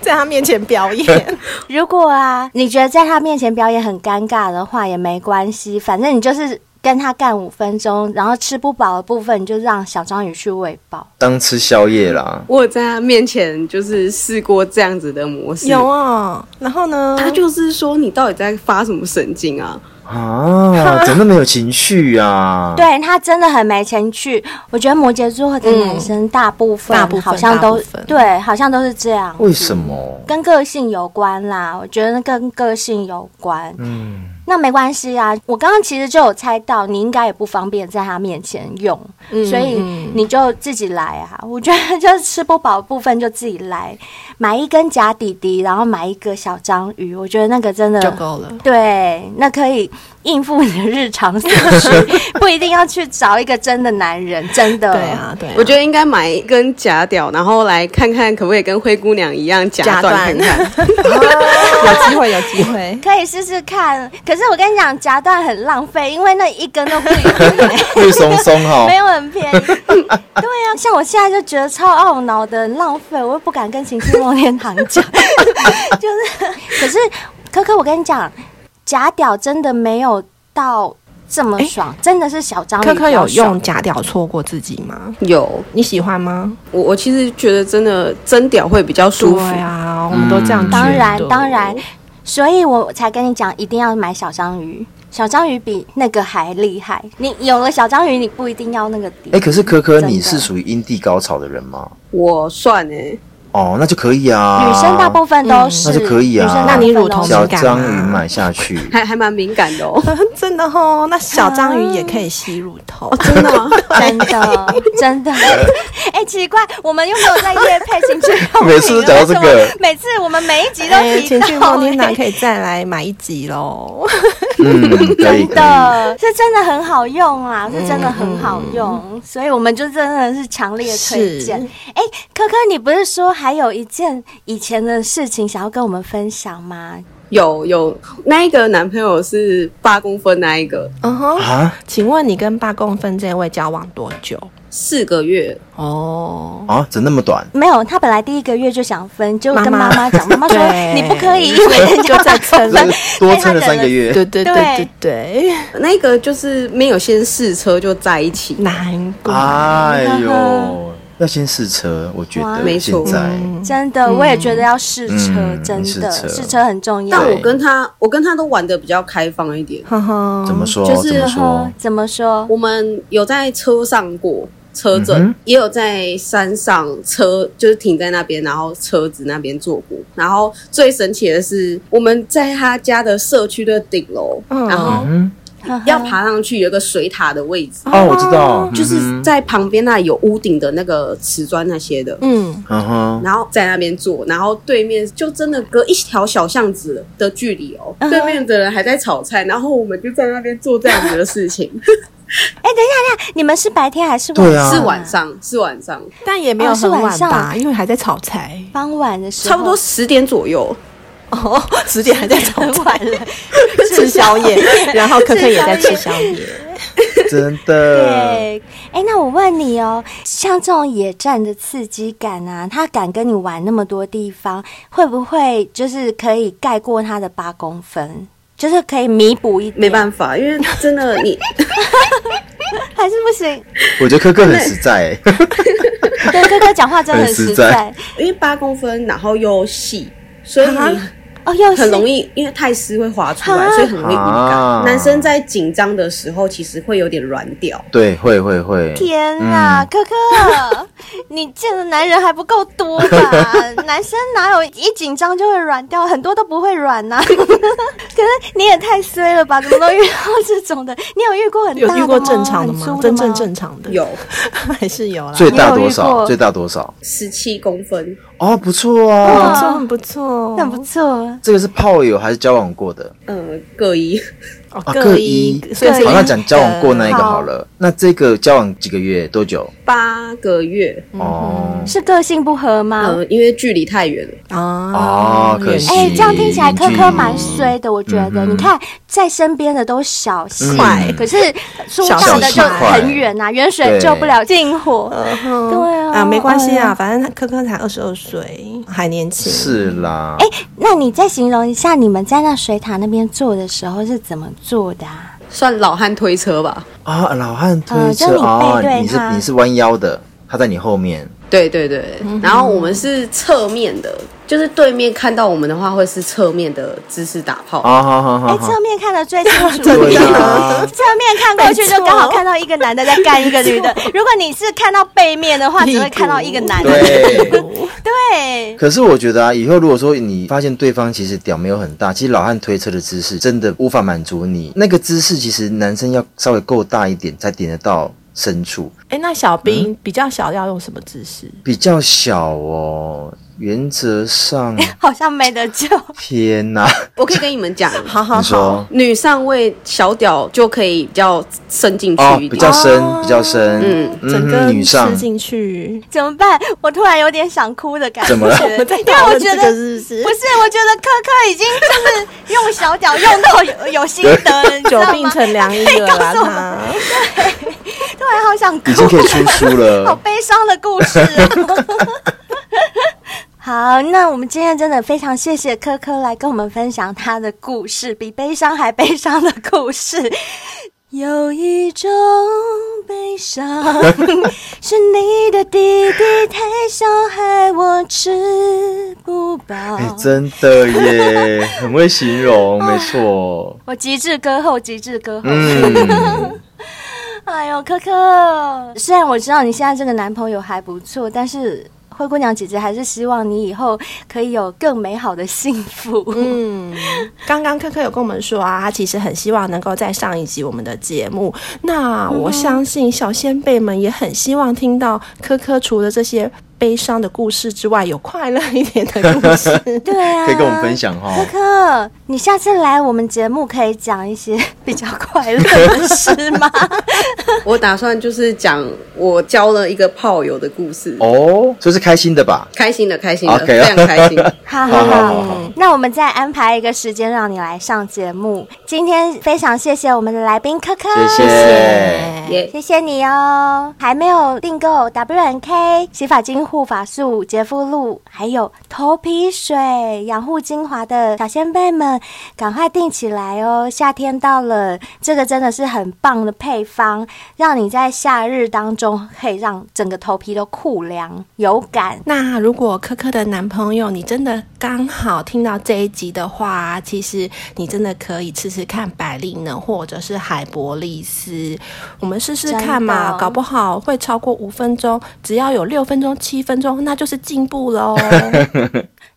[SPEAKER 3] 在他面前表演。
[SPEAKER 4] 如果啊，你觉得在他面前表演很尴尬的话，也没关系，反正你就是跟他干五分钟，然后吃不饱的部分你就让小章鱼去喂饱。
[SPEAKER 2] 当吃宵夜啦。
[SPEAKER 5] 我有在他面前就是试过这样子的模式，
[SPEAKER 3] 有哦，然后呢？
[SPEAKER 5] 他就是说你到底在发什么神经啊？
[SPEAKER 2] 啊，怎么那么有情绪
[SPEAKER 3] 嗯
[SPEAKER 2] 啊？，
[SPEAKER 4] 对他真的很没情趣，我觉得摩羯座的男生大部分、
[SPEAKER 3] 大部分
[SPEAKER 4] 好像都
[SPEAKER 3] 大部分
[SPEAKER 4] 对，好像都是这样，
[SPEAKER 2] 为什么？
[SPEAKER 4] 跟个性有关啦。我觉得跟个性有关。
[SPEAKER 2] 嗯，
[SPEAKER 4] 那没关系啊，我刚刚其实就有猜到，你应该也不方便在他面前用，
[SPEAKER 3] 嗯
[SPEAKER 4] 所以你就自己来啊。 我觉得就是吃不饱的部分就自己来，买一根假底底，然后买一个小章鱼，我觉得那个真的
[SPEAKER 3] 就够了。
[SPEAKER 4] 对，那可以应付你的日常所 需，不一定要去找一个真的男人，真的。
[SPEAKER 3] 对，啊，对啊，
[SPEAKER 5] 我觉得应该买一根假屌，然后来看看可不可以跟灰姑娘一样
[SPEAKER 3] 假
[SPEAKER 5] 假断看看。
[SPEAKER 3] 有机会，有机会。
[SPEAKER 4] 可以试试看。可是我跟你讲，夹断很浪费，因为那一根都不一 定、欸
[SPEAKER 2] 绿嗯松哦松哈
[SPEAKER 4] 没，有很便宜。对啊，像我现在就觉得超懊恼的，很浪费，我又不敢跟情绪梦天堂讲，就是，可是可可，我跟你讲，假屌真的没有到这么爽，真的是小张
[SPEAKER 3] 科科有用假屌戳过自己吗？
[SPEAKER 5] 有，
[SPEAKER 3] 你喜欢吗？
[SPEAKER 5] 我我其实觉得真的真屌会比较舒服。
[SPEAKER 3] 对啊，我们都这样觉得。
[SPEAKER 4] 当然嗯当然，所以我才跟你讲，一定要买小章鱼。小章鱼比那个还厉害，你有了小章鱼，你不一定要那个底。
[SPEAKER 2] 哎，可是可可，
[SPEAKER 4] 真的
[SPEAKER 2] 你是属于阴蒂高潮的人吗？
[SPEAKER 5] 我算哎、，
[SPEAKER 2] 哦，那就可以啊。
[SPEAKER 4] 女生大部分都是，
[SPEAKER 2] 那就可以啊
[SPEAKER 4] 女生
[SPEAKER 2] 那
[SPEAKER 4] 大部
[SPEAKER 2] 你
[SPEAKER 4] 分
[SPEAKER 3] 乳
[SPEAKER 4] 都
[SPEAKER 3] 头
[SPEAKER 4] 是
[SPEAKER 2] 小
[SPEAKER 3] 敏感啊
[SPEAKER 2] 章鱼买下去
[SPEAKER 5] 还还蛮敏感 的哦。
[SPEAKER 3] 真的哦，那小章鱼也可以吸乳头，
[SPEAKER 5] 真的吗？
[SPEAKER 4] 真 的，真的。哎、奇怪，我们又没有在夜配情趣用 品，
[SPEAKER 2] 每次都讲到这个
[SPEAKER 4] 为什么每次我们每一集都
[SPEAKER 3] 哎
[SPEAKER 4] 提
[SPEAKER 3] 情
[SPEAKER 4] 到、
[SPEAKER 3] 趣梦天堂
[SPEAKER 4] 哎
[SPEAKER 3] 可以再来买一集喽。
[SPEAKER 2] 嗯，可以
[SPEAKER 4] 真
[SPEAKER 2] 可以。
[SPEAKER 4] 的是真的很好用啊，
[SPEAKER 3] 嗯
[SPEAKER 4] 是真的很好用，所以我们就真的是强烈推荐
[SPEAKER 3] 是。
[SPEAKER 4] 哎、科科，你不是说还有一件以前的事情想要跟我们分享吗？
[SPEAKER 5] 有有，那一个男朋友是八公分那一个，
[SPEAKER 3] 嗯哼，
[SPEAKER 2] 啊
[SPEAKER 3] 请问你跟八公分这位交往多久？
[SPEAKER 5] 四个月，
[SPEAKER 3] 哦，
[SPEAKER 2] 啊，怎么那么短？
[SPEAKER 4] 没有，他本来第一个月就想分，就跟
[SPEAKER 3] 妈
[SPEAKER 4] 妈
[SPEAKER 3] 妈
[SPEAKER 4] 妈讲，妈妈说
[SPEAKER 3] 对
[SPEAKER 4] 你不可以，因为
[SPEAKER 3] 就在撑了
[SPEAKER 2] 这个多
[SPEAKER 4] 哎
[SPEAKER 2] 撑了三个月，
[SPEAKER 3] 对对对
[SPEAKER 4] 对
[SPEAKER 3] 对对，
[SPEAKER 5] 那个就是没有先试车就在一起。
[SPEAKER 3] 难怪。
[SPEAKER 2] 哎呦，要先试车，我觉
[SPEAKER 4] 哇
[SPEAKER 2] 得
[SPEAKER 5] 没
[SPEAKER 2] 现
[SPEAKER 5] 错
[SPEAKER 2] 在。
[SPEAKER 3] 嗯
[SPEAKER 4] 真的，我也觉得要试车，
[SPEAKER 2] 嗯
[SPEAKER 4] 真的
[SPEAKER 2] 试车
[SPEAKER 4] 试车很重要。
[SPEAKER 5] 但我跟他，我跟他都玩的比较开放一点。
[SPEAKER 3] 呵呵，
[SPEAKER 2] 怎么说？
[SPEAKER 5] 就是
[SPEAKER 2] 哦怎么
[SPEAKER 4] 呵
[SPEAKER 2] 说？
[SPEAKER 4] 怎么说？
[SPEAKER 5] 我们有在车上过车震，
[SPEAKER 2] 嗯哼
[SPEAKER 5] 也有在山上车，就是停在那边，然后车子那边坐过。然后最神奇的是，我们在他家的社区的顶楼，
[SPEAKER 3] 嗯
[SPEAKER 5] 然后
[SPEAKER 2] 嗯，
[SPEAKER 5] 要爬上去有一个水塔的位置，
[SPEAKER 2] 哦，我知道，
[SPEAKER 5] 就是
[SPEAKER 2] 嗯
[SPEAKER 5] 在旁边那里有屋顶的那个瓷砖那些的。
[SPEAKER 3] 嗯，
[SPEAKER 2] 哼，嗯哼，
[SPEAKER 5] 然后在那边坐，然后对面就真的隔一条小巷子的距离哦，
[SPEAKER 3] 嗯
[SPEAKER 5] 对面的人还在炒菜，然后我们就在那边做这样子的 事情，
[SPEAKER 4] 你们是白天还是晚
[SPEAKER 2] 对
[SPEAKER 4] 上？
[SPEAKER 2] 啊
[SPEAKER 5] 是晚。上，是晚上，
[SPEAKER 3] 但也没有
[SPEAKER 4] 哦是
[SPEAKER 3] 很
[SPEAKER 4] 晚
[SPEAKER 3] 晚
[SPEAKER 4] 上
[SPEAKER 3] 吧，因为还在炒菜。
[SPEAKER 4] 傍晚的时候，
[SPEAKER 5] 差不多十点左右。
[SPEAKER 3] 哦，十点还在炒 菜
[SPEAKER 4] 晚了。
[SPEAKER 3] 吃宵夜，然后可可也在吃
[SPEAKER 4] 吃
[SPEAKER 3] 宵
[SPEAKER 4] 宵
[SPEAKER 3] 夜。
[SPEAKER 2] 真的，
[SPEAKER 4] 对，哎，那我问你哦，像这种野战的刺激感啊，他敢跟你玩那么多地方，会不会就是可以盖过他的八公分？就是可以弥补一点，
[SPEAKER 5] 没办法，因为 真的你
[SPEAKER 4] 法，还是不行。
[SPEAKER 2] 我觉得科科很实在，
[SPEAKER 4] 对，哥哥讲话真的很
[SPEAKER 2] 很实
[SPEAKER 4] 实
[SPEAKER 2] 在
[SPEAKER 4] 在
[SPEAKER 5] 因为八公分，然后又细，所以你
[SPEAKER 3] 啊
[SPEAKER 4] 哦，又
[SPEAKER 5] 很容
[SPEAKER 4] 易
[SPEAKER 5] 易，因为太湿会滑出
[SPEAKER 4] 啊
[SPEAKER 5] 来，所以很容易敏
[SPEAKER 2] 啊
[SPEAKER 5] 感。男生在紧张的时候，其实会有点软掉。
[SPEAKER 2] 对，会会会，
[SPEAKER 4] 天
[SPEAKER 3] 嗯
[SPEAKER 4] 啊，哥哥， 你见的男人还不够多 吧？男生哪有一紧张就会软掉，很多都不会软呐、啊是你也太衰了吧？怎么都遇到这种的？你有遇过很大的
[SPEAKER 3] 有
[SPEAKER 4] 吗
[SPEAKER 3] 遇过正常哦的
[SPEAKER 4] 很粗
[SPEAKER 3] 吗
[SPEAKER 4] 吗？
[SPEAKER 3] 真正正常的
[SPEAKER 5] 有
[SPEAKER 3] 还是有啦，
[SPEAKER 2] 最大多
[SPEAKER 4] 你有遇
[SPEAKER 2] 少？
[SPEAKER 4] 过
[SPEAKER 2] 最大多少？
[SPEAKER 5] 十七公分，
[SPEAKER 2] 哦，不错啊，
[SPEAKER 3] 不错，很不错，
[SPEAKER 4] 很不错。
[SPEAKER 2] 这个是炮友还是交往过的？
[SPEAKER 5] 呃，各一，
[SPEAKER 3] 哦
[SPEAKER 2] 啊，
[SPEAKER 3] 各
[SPEAKER 2] 一。
[SPEAKER 3] 所以
[SPEAKER 4] 各
[SPEAKER 3] 是
[SPEAKER 4] 一
[SPEAKER 2] 好，
[SPEAKER 4] 像
[SPEAKER 2] 那讲交往过那一个
[SPEAKER 4] 好
[SPEAKER 2] 好了。那这个交往几个月？多久？
[SPEAKER 5] 八个月，
[SPEAKER 2] 哦，
[SPEAKER 4] 是个性不合吗？
[SPEAKER 5] 呃，因为距离太远了，
[SPEAKER 3] 啊
[SPEAKER 2] 哦可惜
[SPEAKER 4] 哎、
[SPEAKER 2] 是
[SPEAKER 4] 这样听起来科科蛮
[SPEAKER 2] 邻居
[SPEAKER 4] 衰的，我觉得。
[SPEAKER 2] 嗯哼
[SPEAKER 4] 你看，在身边的都小
[SPEAKER 2] 快
[SPEAKER 4] 块，可是出
[SPEAKER 3] 嗯小
[SPEAKER 4] 大的
[SPEAKER 2] 小
[SPEAKER 4] 就
[SPEAKER 2] 块
[SPEAKER 4] 很远呐、远水
[SPEAKER 2] 对
[SPEAKER 4] 救不了近火。对啊
[SPEAKER 3] 哎啊，没关系
[SPEAKER 4] 哎
[SPEAKER 3] 啊，
[SPEAKER 4] 呀
[SPEAKER 3] 反正科科才二十二岁，还年轻。
[SPEAKER 2] 是啦。
[SPEAKER 4] 那你再形容一下你们在那水塔那边做的时候是怎么做的、啊？
[SPEAKER 5] 算老汉推车吧。
[SPEAKER 2] 啊，老汉推
[SPEAKER 4] 呃就
[SPEAKER 2] 车
[SPEAKER 4] 你背
[SPEAKER 2] 啊，
[SPEAKER 4] 对
[SPEAKER 2] 你
[SPEAKER 4] 他
[SPEAKER 2] 是你是弯腰的，他在你后面。
[SPEAKER 5] 对对对，
[SPEAKER 3] 嗯
[SPEAKER 5] 然后我们是侧面的，就是对面看到我们的话，会是侧面的姿势打炮。
[SPEAKER 2] 啊，好好
[SPEAKER 4] 哎、
[SPEAKER 2] 好好
[SPEAKER 4] 侧。面看的最清楚。
[SPEAKER 2] 对啊，
[SPEAKER 4] 侧面看过去就刚好看到一个男的在干一个女的。如果你是看到背面的话，只会看到一个男的。
[SPEAKER 2] 对。
[SPEAKER 4] 对，
[SPEAKER 2] 可是我觉得啊，以后如果说你发现对方其实屌没有很大，其实老汉推车的姿势真的无法满足你。那个姿势其实男生要稍微够大一点才点得到深处，
[SPEAKER 3] 哎，那小兵比较小，要用什么姿势？
[SPEAKER 2] 比较小哦。原则上，
[SPEAKER 4] 好像没得救。
[SPEAKER 2] 天哪、
[SPEAKER 5] 我可以跟你们讲，
[SPEAKER 3] 好好
[SPEAKER 2] 你
[SPEAKER 3] 好
[SPEAKER 2] 说，
[SPEAKER 5] 女上位小屌就可以比较伸进去
[SPEAKER 2] 哦，
[SPEAKER 5] 一
[SPEAKER 2] 比
[SPEAKER 5] 点。
[SPEAKER 2] 较深，
[SPEAKER 3] 哦
[SPEAKER 2] 比较深，
[SPEAKER 5] 嗯
[SPEAKER 2] 嗯
[SPEAKER 3] 整
[SPEAKER 2] 哼
[SPEAKER 3] 个
[SPEAKER 2] 女上
[SPEAKER 3] 吃进去。
[SPEAKER 4] 怎么办？我突然有点想哭的感觉。
[SPEAKER 2] 怎么了
[SPEAKER 3] 我们在
[SPEAKER 4] 因为
[SPEAKER 3] 讨
[SPEAKER 4] 我
[SPEAKER 3] 论
[SPEAKER 4] 觉
[SPEAKER 3] 这
[SPEAKER 4] 得
[SPEAKER 3] 个是不是
[SPEAKER 4] 不？是，我觉得科科已经就是用小屌用到有有心 得了，你知
[SPEAKER 3] 久
[SPEAKER 4] 道
[SPEAKER 3] 病
[SPEAKER 4] 吗？
[SPEAKER 3] 成 良医了啦，
[SPEAKER 4] 可以告诉我们
[SPEAKER 3] 他。
[SPEAKER 4] 突然好想哭
[SPEAKER 2] 已，经可以出书
[SPEAKER 4] 好
[SPEAKER 2] 了。
[SPEAKER 4] 悲伤的故事啊。好，那我们今天真的非常谢谢科科来跟我们分享他的故事，比悲伤还悲伤的故事。有一种悲伤，是你的弟弟太小，害我吃不饱。
[SPEAKER 3] 哦
[SPEAKER 2] 哎、真的耶，很会形容，没错。
[SPEAKER 4] 我极致歌后，极致歌后。
[SPEAKER 2] 嗯，
[SPEAKER 4] 哎呦，科科，虽然我知道你现在这个男朋友还不错，但是灰姑娘姐姐还是希望你以后可以有更美好的幸福。嗯，
[SPEAKER 3] 嗯，刚刚科科有跟我们说啊，他其实很希望能够再上一集我们的节目。那我相信小先辈们也很希望听到科科除了这些悲伤的故事之外，有快乐一点的故 事。
[SPEAKER 4] 对啊，
[SPEAKER 2] 可以跟我们分。享 哈
[SPEAKER 4] 科。科，你下次来我们节目可以讲一些比较快乐的事 吗？
[SPEAKER 5] 我打算就是讲我交了一个炮友的故事，
[SPEAKER 2] 哦，这是开心的吧？
[SPEAKER 5] 开心的，开心的
[SPEAKER 2] OK
[SPEAKER 5] 非常 开心。
[SPEAKER 4] 好好
[SPEAKER 2] 好
[SPEAKER 4] 好
[SPEAKER 2] 好好，
[SPEAKER 4] 那我们再安排一个时间让你来上节目。今天非常谢谢我们的来宾科科，
[SPEAKER 2] 谢谢。
[SPEAKER 5] 耶
[SPEAKER 4] 谢谢你哦！还没有订购 WNK 洗发精、护发素、洁肤露，还有头皮水、养护精华的小先辈们，赶快订起来哦！夏天到了，这个真的是很棒的配方，让你在夏日当中可以让整个头皮都酷凉有感。
[SPEAKER 3] 那如果科科的男朋友你真的刚好听到这一集的话，其实你真的可以试试看百利能或者是海博利斯，我们试试看
[SPEAKER 4] 真
[SPEAKER 3] 嘛，
[SPEAKER 4] 的
[SPEAKER 3] 搞不好会超过五分钟，只要有六分钟、七分钟，那就是进步 喽。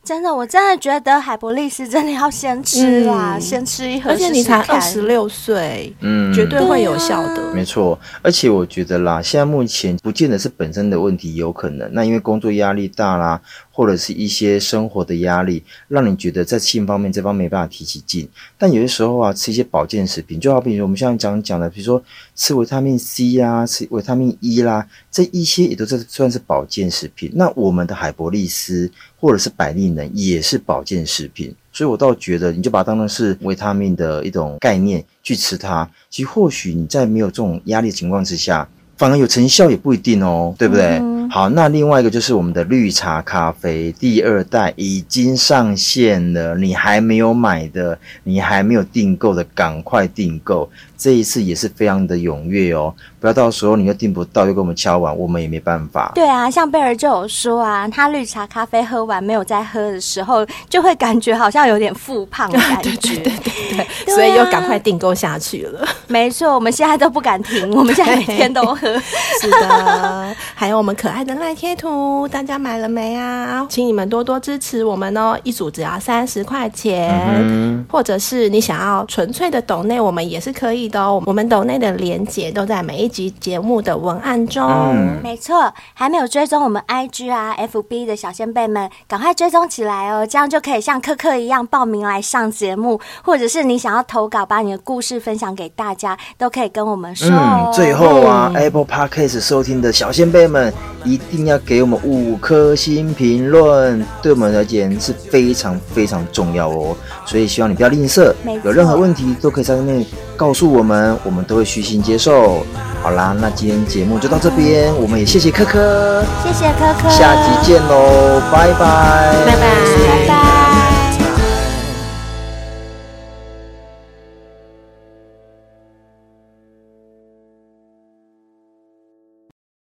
[SPEAKER 4] 真的，我真的觉得海博利斯真的要先吃啦，
[SPEAKER 3] 嗯
[SPEAKER 4] 先吃一盒
[SPEAKER 3] 而且你
[SPEAKER 4] 试试
[SPEAKER 3] 才
[SPEAKER 4] 看
[SPEAKER 3] 二十六岁，
[SPEAKER 2] 嗯，
[SPEAKER 3] 绝对会有效的。
[SPEAKER 2] 没错，而且我觉得啦，现在目前不见得是本身的问题，有可能那因为工作压力大啦，或者是一些生活的压力，让你觉得在性方面这方面没办法提起劲。但有些时候啊，吃一些保健食品，就好比我们像讲讲的，比如说吃维他命 C 呀、吃维他命 E 啦，这一些也都是算是保健食品。那我们的海博利斯或者是百利能也是保健食品，所以我倒觉得你就把它当成是维他命的一种概念去吃它。其实或许你在没有这种压力的情况之下，反而有成效也不一定哦，对不对？好，那另外一个就是我们的绿茶咖啡第二代已经上线了，你还没有买的，你还没有订购的，赶快订购！这一次也是非常的踊跃哦，不要到时候你又订不到，又跟我们敲完，我们也没办法。
[SPEAKER 4] 对啊，像贝尔就有说啊，他绿茶咖啡喝完没有再喝的时候，就会感觉好像有点复胖的 感觉。
[SPEAKER 3] 对对对啊对，所以又赶快订购下去了。
[SPEAKER 4] 没错，我们现在都不敢停，我们现在每天都喝。
[SPEAKER 3] 是的，还有我们可 爱的赖贴图，大家买了没啊？请你们多多支持我们哦，一组只要三十块钱。
[SPEAKER 2] 嗯，
[SPEAKER 3] 或者是你想要纯粹的抖内，我们也是可以的哦。我们抖内的连接都在每一集节目的文案中。
[SPEAKER 2] 嗯
[SPEAKER 4] 没错，还没有追踪我们 IG 啊、FB 的小先辈们，赶快追踪起来哦，这样就可以像科科一样报名来上节目，或者是你想要投稿，把你的故事分享给大家，都可以跟我们说、哦
[SPEAKER 2] 嗯，最后啊、a p p l e Podcast 收听的小先辈们，一定要给我们五颗星评论，对我们而言是非常非常重要哦。所以希望你不要吝啬
[SPEAKER 4] 没，错
[SPEAKER 2] 有任何问题都可以在上面告诉我们，我们都会虚心接受。好啦，那今天节目就到这边，我们也谢谢科科，
[SPEAKER 4] 谢谢科科，
[SPEAKER 2] 下集见喽，拜拜，
[SPEAKER 4] 拜拜。